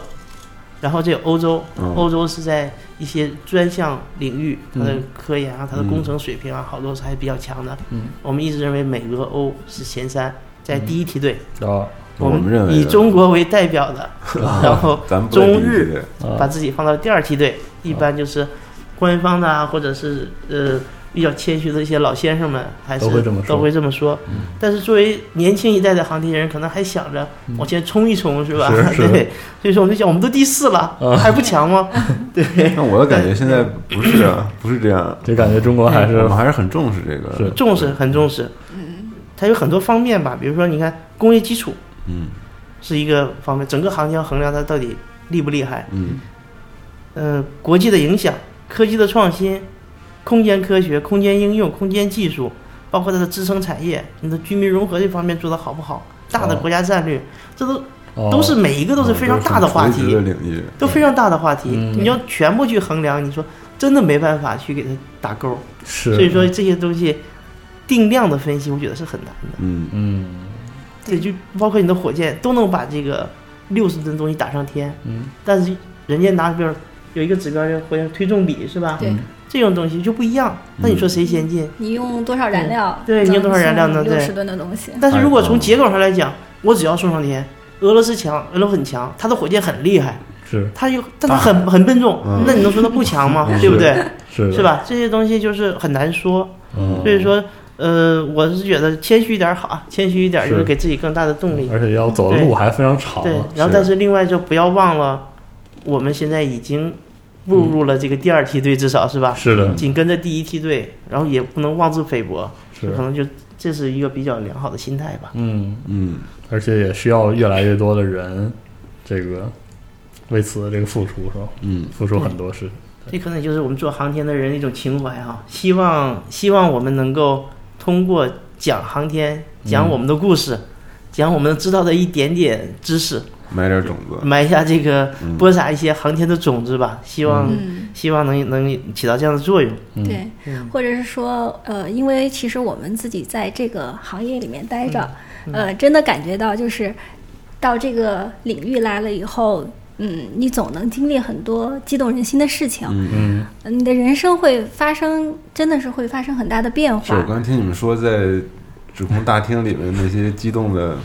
S3: 然后这个欧洲
S1: 嗯，
S3: 欧洲是在一些专项领域，它的
S2: 嗯
S3: 科研啊、它的工程水平啊，好多是还比较强的。
S2: 嗯，
S3: 我们一直认为美俄欧是前三，在第一梯队。
S2: 啊，
S1: 嗯我们认为
S3: 以
S1: 的
S3: 中国为代 表的，然后
S1: 咱们不在
S3: 中
S1: 第一
S3: 日
S1: 梯队
S2: 啊
S3: 把自己放到第二梯队，一般就是官方的啊，或者是呃比较谦虚的一些老先生们，还是
S2: 都会这么说嗯
S3: 都会这么说。但是作为年轻一代的航天人，可能还想着往前冲一冲，是吧？
S2: 嗯是啊是
S3: 对，所以说我们就想，我们都第四了， 还不 强吗？
S1: 那我的感觉现在不是啊，不是这样，嗯
S2: 就感觉中国还
S1: 我
S3: 嗯
S2: 是
S1: 们还是很重视这个，
S2: 是
S3: 重视很重视，它有很多方面吧，比如说你看工业基础
S1: 嗯
S3: 是一个方面，整个航天要衡量它到底厉不厉害。
S1: 嗯
S3: 呃，国际的影响、科技的创新、空间科学、空间应用、空间技术，包括它的支撑产业，你的居民融合这方面做得好不好？大的
S2: 哦
S3: 国家战略，这都
S2: 哦
S3: 都是每一个都是非常大的话
S1: 嗯垂直
S3: 题
S1: 的，领域，
S3: 都非常大的话题。
S2: 嗯
S3: 你要全部去衡量，你说真的没办法去给它打勾。
S2: 是，
S3: 所以说这些东西定量的分析，我觉得是很难的。
S1: 嗯
S2: 嗯
S3: 这就包括你的火箭都能把这个六十吨东西打上天，
S2: 嗯
S3: 但是人家拿标有一个指标叫火箭推重比是吧？
S4: 对
S3: 这种东西就不一样。那你说谁先进？
S4: 你用多少燃料？
S3: 对你用多少燃料呢
S4: 六
S3: 对
S4: 十吨的东西，
S3: 但是如果从结构上来讲，我只要送上天，俄罗斯强，俄罗斯很强，它的火箭很厉害，
S2: 是
S3: 它又但它很很笨重，
S1: 嗯
S3: 那你能说它不强吗？对不对？
S2: 是的
S3: 是？吧？这些东西就是很难说。
S2: 嗯
S3: 所以说，呃，我是觉得谦虚一点好啊，谦虚一点就是
S2: 是嗯
S3: 给自己更大的动力。
S2: 而且要走的路还非常长
S3: 对
S2: 啊，，
S3: 然后但是另外就不要忘了，我们现在已经步入了这个第二梯队，至少是吧？
S2: 是的，
S3: 紧跟着第一梯队，然后也不能妄自菲薄，
S2: 是
S3: 可能就这是一个比较良好的心态吧。
S2: 嗯。
S1: 嗯
S2: 而且也需要越来越多的人，这个为此这个付出是吧？
S1: 嗯，
S2: 付出很多事。
S3: 这可能也就是我们做航天的人的一种情怀哈、希望希望我们能够通过讲航天，讲我们的故事，讲我们知道的一点点知识，
S1: 埋点种子，
S3: 埋下这个
S1: 嗯
S3: 播撒一些航天的种子吧。希望、
S4: 嗯，
S3: 希望能能起到这样的作用。
S2: 嗯
S4: 对，
S3: 嗯
S4: 或者是说，呃，因为其实我们自己在这个行业里面待着，
S3: 嗯
S4: 呃，真的感觉到就是到这个领域来了以后，嗯，你总能经历很多激动人心的事情，
S1: 嗯。
S2: 嗯，
S4: 呃你的人生会发生，真的是会发生很大的变
S1: 是我
S4: 化。
S1: 刚听你们说在指控大厅里面那些激动的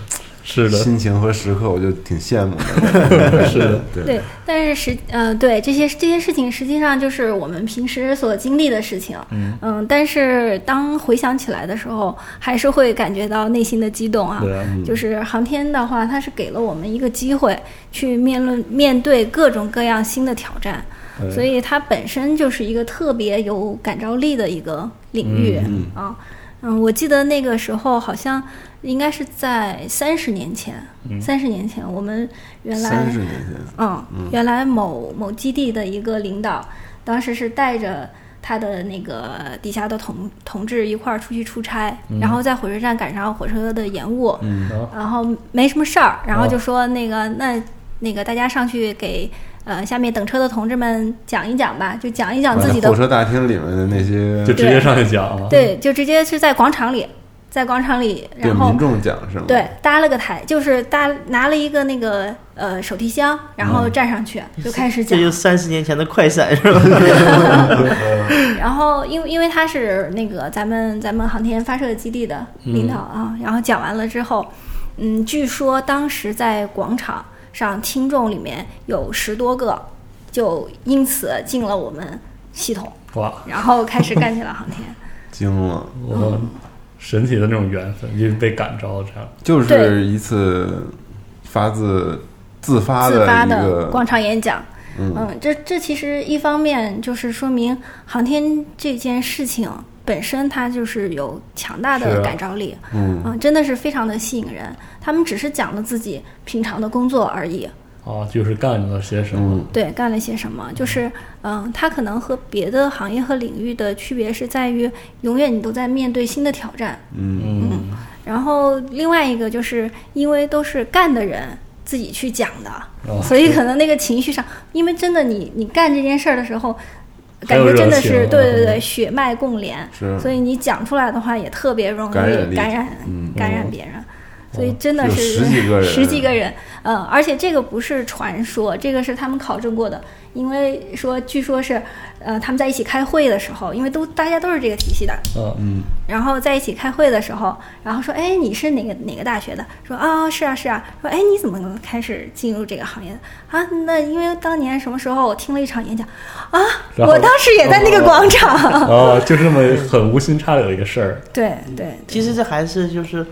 S2: 是的，
S1: 心情和时刻，我就挺羡慕的。
S2: 是的，
S1: 对
S4: 对，但是实呃，对这些这些事情，实际上就是我们平时所经历的事情。
S2: 嗯
S4: 但是当回想起来的时候，还是会感觉到内心的激动啊。
S2: 对啊，
S4: 就是航天的话，它是给了我们一个机会去面论面对各种各样新的挑战，
S2: 对
S4: 所以它本身就是一个特别有感召力的一个领域、
S1: 嗯
S4: 啊。嗯，我记得那个时候好像应该是在三十年前，三十、年前我们原来
S1: 三十年前，
S4: 嗯，原来某某基地的一个领导，当时是带着他的那个底下的同同志一块儿出去出差，然后在火车站赶上火车的延误，
S1: 嗯
S2: 然后
S4: 然后没什么事儿，然后
S2: 哦
S4: 就说那个、
S1: 哦
S4: 那那个大家上去给呃下面等车的同志们讲一讲吧，就讲一讲自己的
S1: 火车大厅里面的那些
S2: 就直接上去讲啊，
S4: 对，就直接是在广场里，在广场里，
S1: 对
S4: 然后
S1: 民众讲是吗？
S4: 对，搭了个台，就是搭拿了一个那个呃手提箱，然
S1: 嗯
S4: 后站上去、就开始讲
S3: 这。就三十年前的快闪是吧？
S4: 然后因为因为他是那个咱们咱们航天发射基地的领导啊，然后讲完了之后，嗯，据说当时在广场上听众里面有十多个，就因此进了我们系统，
S2: 哇，
S4: 然后开始干起了航天。
S1: 惊了，
S2: 我神奇的那种缘分，就是被感召这样，
S1: 就是
S4: 对
S1: 一次发自自发
S4: 自发
S1: 一
S4: 的
S1: 个
S4: 广场演讲。
S1: 嗯
S4: 这这其实一方面就是说明航天这件事情本身它就是有强大
S2: 是
S4: 的
S2: 啊
S4: 感召力，
S1: 嗯
S4: 真的是非常的吸引人。他们只是讲了自己平常的工作而已，
S2: 啊，就是干了些什么，
S4: 对，干了些什么，就是嗯，它可能和别的行业和领域的区别是在于，永远你都在面对新的挑战，
S1: 嗯
S2: 嗯，
S4: 然后另外一个就是因为都是干的人自己去讲的，
S2: 哦
S4: 所以可能那个情绪上，因为真的你你干这件事儿的时候，
S2: 很
S4: 感
S2: 有
S4: 觉真的
S2: 热
S1: 啊
S4: 是
S2: 情
S4: 对对
S2: 嗯
S4: 对血脉共连，
S1: 是
S4: 所以你讲出来的话也特别容易
S1: 感
S4: 感
S1: 染力
S4: 染
S1: 嗯
S4: 感染别人。所以真的
S1: 有
S4: 是
S1: 十几个人
S4: 十几个人，嗯，而且这个不是传说，这个是他们考证过的，因为说据说是，呃，他们在一起开会的时候，因为都大家都是这个体系的，
S2: 嗯
S1: 嗯
S4: 然后在一起开会的时候，然后说：“哎，你是哪个哪个大学的？”说：“啊、是啊，是啊。”说：“哎，你怎么开始进入这个行业的？”啊，那因为当年什么时候我听了一场演讲，啊，
S2: 然后
S4: 我当时也在那个广场。
S2: 啊，就这么很无心插柳的一个事儿，
S4: 对对，
S3: 其实这还是就是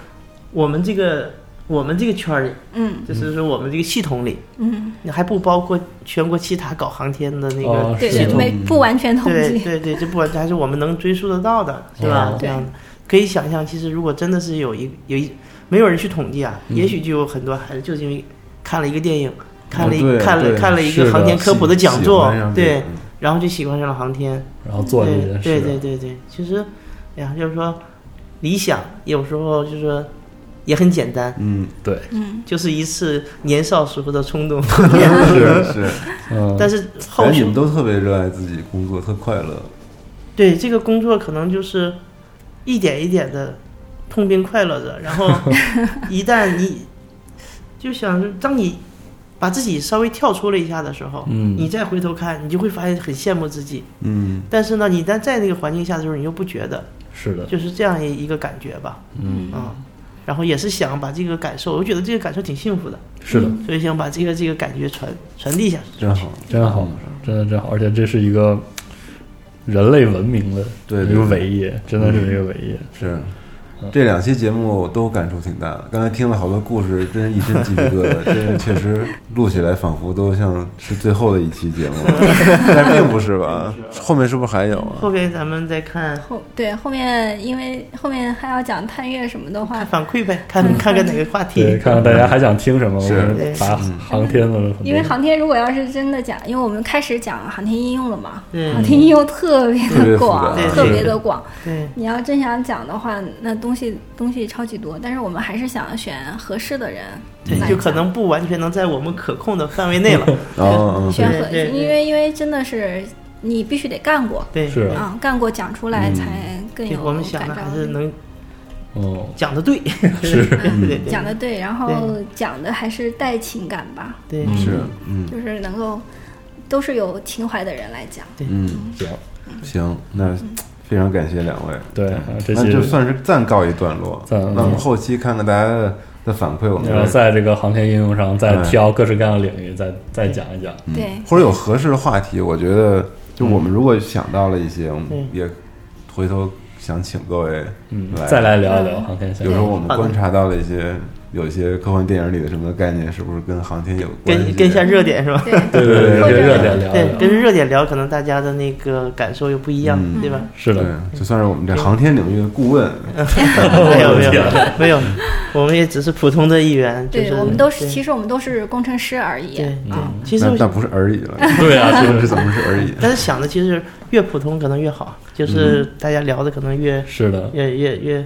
S3: 我们这个我们这个圈儿里，
S4: 嗯
S3: 就是说我们这个系统里，
S4: 嗯，
S3: 你还不包括全国其他搞航天的那
S2: 哦
S3: 个
S4: 对
S2: 是
S3: 系
S4: 对，
S3: 统，
S4: 没不完 全统
S3: 对
S4: 计。
S3: 对对，这不管还是我们能追溯得到的，是吧
S1: 啊
S2: 嗯？
S3: 这样的可以想象，其实如果真的是有一有一没有人去统计啊，
S1: 嗯
S3: 也许就有很多孩子就是因为看了一个电影，看了一
S1: 哦对
S3: 看了
S1: 对
S3: 看了一
S2: 是
S3: 个
S2: 的
S3: 航天科普的讲座，对，
S1: 嗯
S3: 然后就喜欢上了航天。
S2: 然后做这
S3: 对
S2: 件事，
S3: 对对对对，其实，哎呀，就是说，理想有时候就是说也很简单，
S1: 嗯
S2: 对，
S4: 嗯，
S3: 就是一次年少时候的 冲动。
S1: 是是，
S2: 嗯，
S3: 但是后
S1: 感觉你
S3: 续
S1: 们都特别热爱自己工作，特快乐，
S3: 对这个工作可能就是一点一点的痛并快乐着，然后一旦你就想着，当你把自己稍微跳出了一下的时候，
S2: 嗯
S3: 你再回头看，你就会发现很羡慕自己。
S1: 嗯
S3: 但是呢，你一旦在那个环境下的时候，你又不觉得，
S2: 是的，
S3: 就是这样一一个感觉吧。
S2: 嗯，
S3: 嗯，然后也是想把这个感受，我觉得这个感受挺幸福的，
S2: 是的，
S3: 所以想把这个这个感觉传传递下去。
S1: 真好，
S2: 真好，真的真好，而且这是一个人类文明的
S1: 对
S2: 一
S1: 对嗯
S2: 个伟业，真的是一个伟业，
S1: 是。这两期节目都感触挺大的，刚才听了好多故事，真是一身鸡皮疙瘩，真是确实录起来仿佛都像是最后的一期节 目，但并不是吧？后面是不是还有啊？
S3: 后边咱们再看
S4: 后对后面因为后面还要讲探月什么的话
S3: 看，反馈呗，看看看哪个话
S2: 对，
S3: 题。
S2: 看看大家还想听什么，我
S1: 嗯是
S2: 们把航天的很多，
S4: 因为航天如果要是真的讲，因为我们开始讲航天应用了嘛，
S3: 对
S4: 航天应用特别
S1: 特别
S4: 的
S1: 复杂
S4: 广
S3: 对，
S4: 特
S3: 对
S4: 别
S2: 对
S4: 的广。
S3: 对，
S4: 你要真想讲的话，那东西东西超级多，但是我们还是想选合适的人
S3: 对，
S1: 嗯
S4: 来
S3: 就
S4: 讲
S3: 可能不完全能在我们可控的范围 内了。
S1: 啊，
S4: 选
S3: 对
S4: 合，
S3: 对对
S4: 因为因为真的是你必须得干过
S3: 对，
S2: 是
S3: 对
S4: 啊，干过讲出来
S1: 嗯
S4: 才更
S3: 对
S4: 有
S3: 我们想
S4: 感
S3: 的
S4: 召
S3: 还是
S4: 力
S3: 能
S2: 哦，
S3: 讲 的对，
S2: 是
S3: 对对对
S4: 讲的对，然后讲的还是带情感吧，
S3: 对
S1: 嗯，是，嗯
S4: 就是能够都是有情怀的人来讲。
S1: 嗯，
S2: 行，
S1: 行，那非常感谢两位，
S2: 对，啊这
S1: 嗯那就
S2: 些
S1: 算是暂告一段落。
S2: 暂嗯
S1: 那我们后期看看大家的的反馈，我们
S2: 然后
S1: 再
S2: 在这个航天应用上再
S1: 哎
S2: 挑各式各样的领域，再
S1: 嗯
S2: 再嗯讲一
S3: 嗯
S2: 讲。
S4: 对，
S1: 或者有合适的话题，我觉得就我们如果想到了一些，我们
S3: 嗯
S1: 也回头想请各位
S2: 嗯，
S1: 来
S2: 再来聊一聊航天项
S1: 有时
S2: 目。
S1: 候我们观察到了一些有一些科幻电影里的什么概念，是不是跟航天有关系？啊嗯
S3: 跟跟一下热点是吧？
S4: 对
S2: 对对对，
S4: 或
S2: 跟
S4: 者
S2: 热点聊
S3: 对，
S2: 一聊。
S3: 跟热点聊，可能大家的那个感受又不一样，
S1: 嗯
S3: 对 吧？
S2: 是的，
S1: 对，就算是我们这航天领域的顾问，
S3: 呃没有没有
S2: 天
S3: 没有，我们也只是普通的一员，就
S4: 对，
S3: 是
S4: 我们都是，
S3: 对
S4: 其实我们都是工程师而已
S3: 对。对
S2: 嗯，
S3: 其实
S1: 那
S3: 我
S1: 那不是而已了，
S2: 对啊，
S1: 这
S2: 就
S1: 个是
S2: 是
S1: 怎么是而已？
S3: 但是想的其实越普通可能越好，就是
S1: 嗯
S3: 大家聊的可能越
S2: 是 的，
S3: 越越越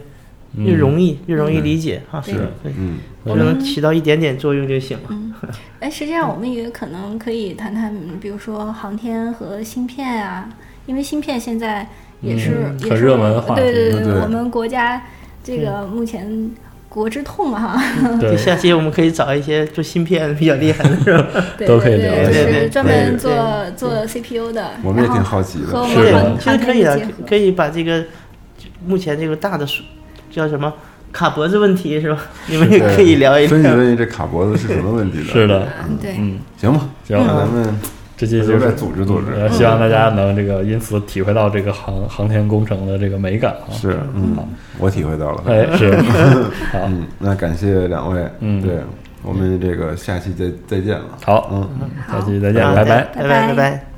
S2: 嗯
S3: 越容易越容易理解哈，
S1: 是，
S3: 对，
S1: 嗯，
S3: 我觉得能起到一点点作用就行了。
S4: 哎，实际
S2: 嗯
S4: 上我们也可能可以谈谈，嗯比如说航天和芯片啊，因为芯片现在也是、
S2: 嗯
S4: 也
S2: 很
S4: 是
S2: 热门的话题
S4: 对对
S1: 对
S4: 我们国家这个目前国之痛哈、
S3: 就
S2: 对，
S3: 下期我们可以找一些做芯片比较厉害的，是吧？
S4: 对
S2: 都可以
S4: 对
S2: 聊
S3: 一下
S4: 就
S3: 对
S4: 是专
S1: 对
S4: 门
S1: 对
S4: 做
S3: 对
S4: 做 CPU 的，
S1: 我们也
S4: 然后
S1: 挺好奇的
S4: 和我
S2: 是
S4: 们
S2: 的
S4: 航
S3: 其实可以
S4: 航天
S3: 的
S4: 结合，
S3: 可以把这个目前这个大的数叫什么卡脖子问题是吧？你们也
S1: 对
S3: 可以聊一
S1: 分析
S3: 聊。
S1: 分析这卡脖子是什么问题的？
S2: 是 的，
S4: 对。
S2: 嗯，
S1: 行吧，
S2: 行，
S1: 那咱们
S2: 这期
S1: 回
S2: 就
S1: 头再
S2: 是
S1: 组织组织嗯
S2: 呃，希望大家能这个因此体会到这个航航天工程的这个美感啊。
S1: 是，嗯，我体会到了，
S2: 哎， 是，好，
S1: 嗯，那感谢两位，
S2: 嗯
S1: 对我们这个下期再再见了，
S2: 好，
S1: 嗯。
S2: 下期再见，
S3: 好
S2: 拜拜。
S3: 啊拜拜拜。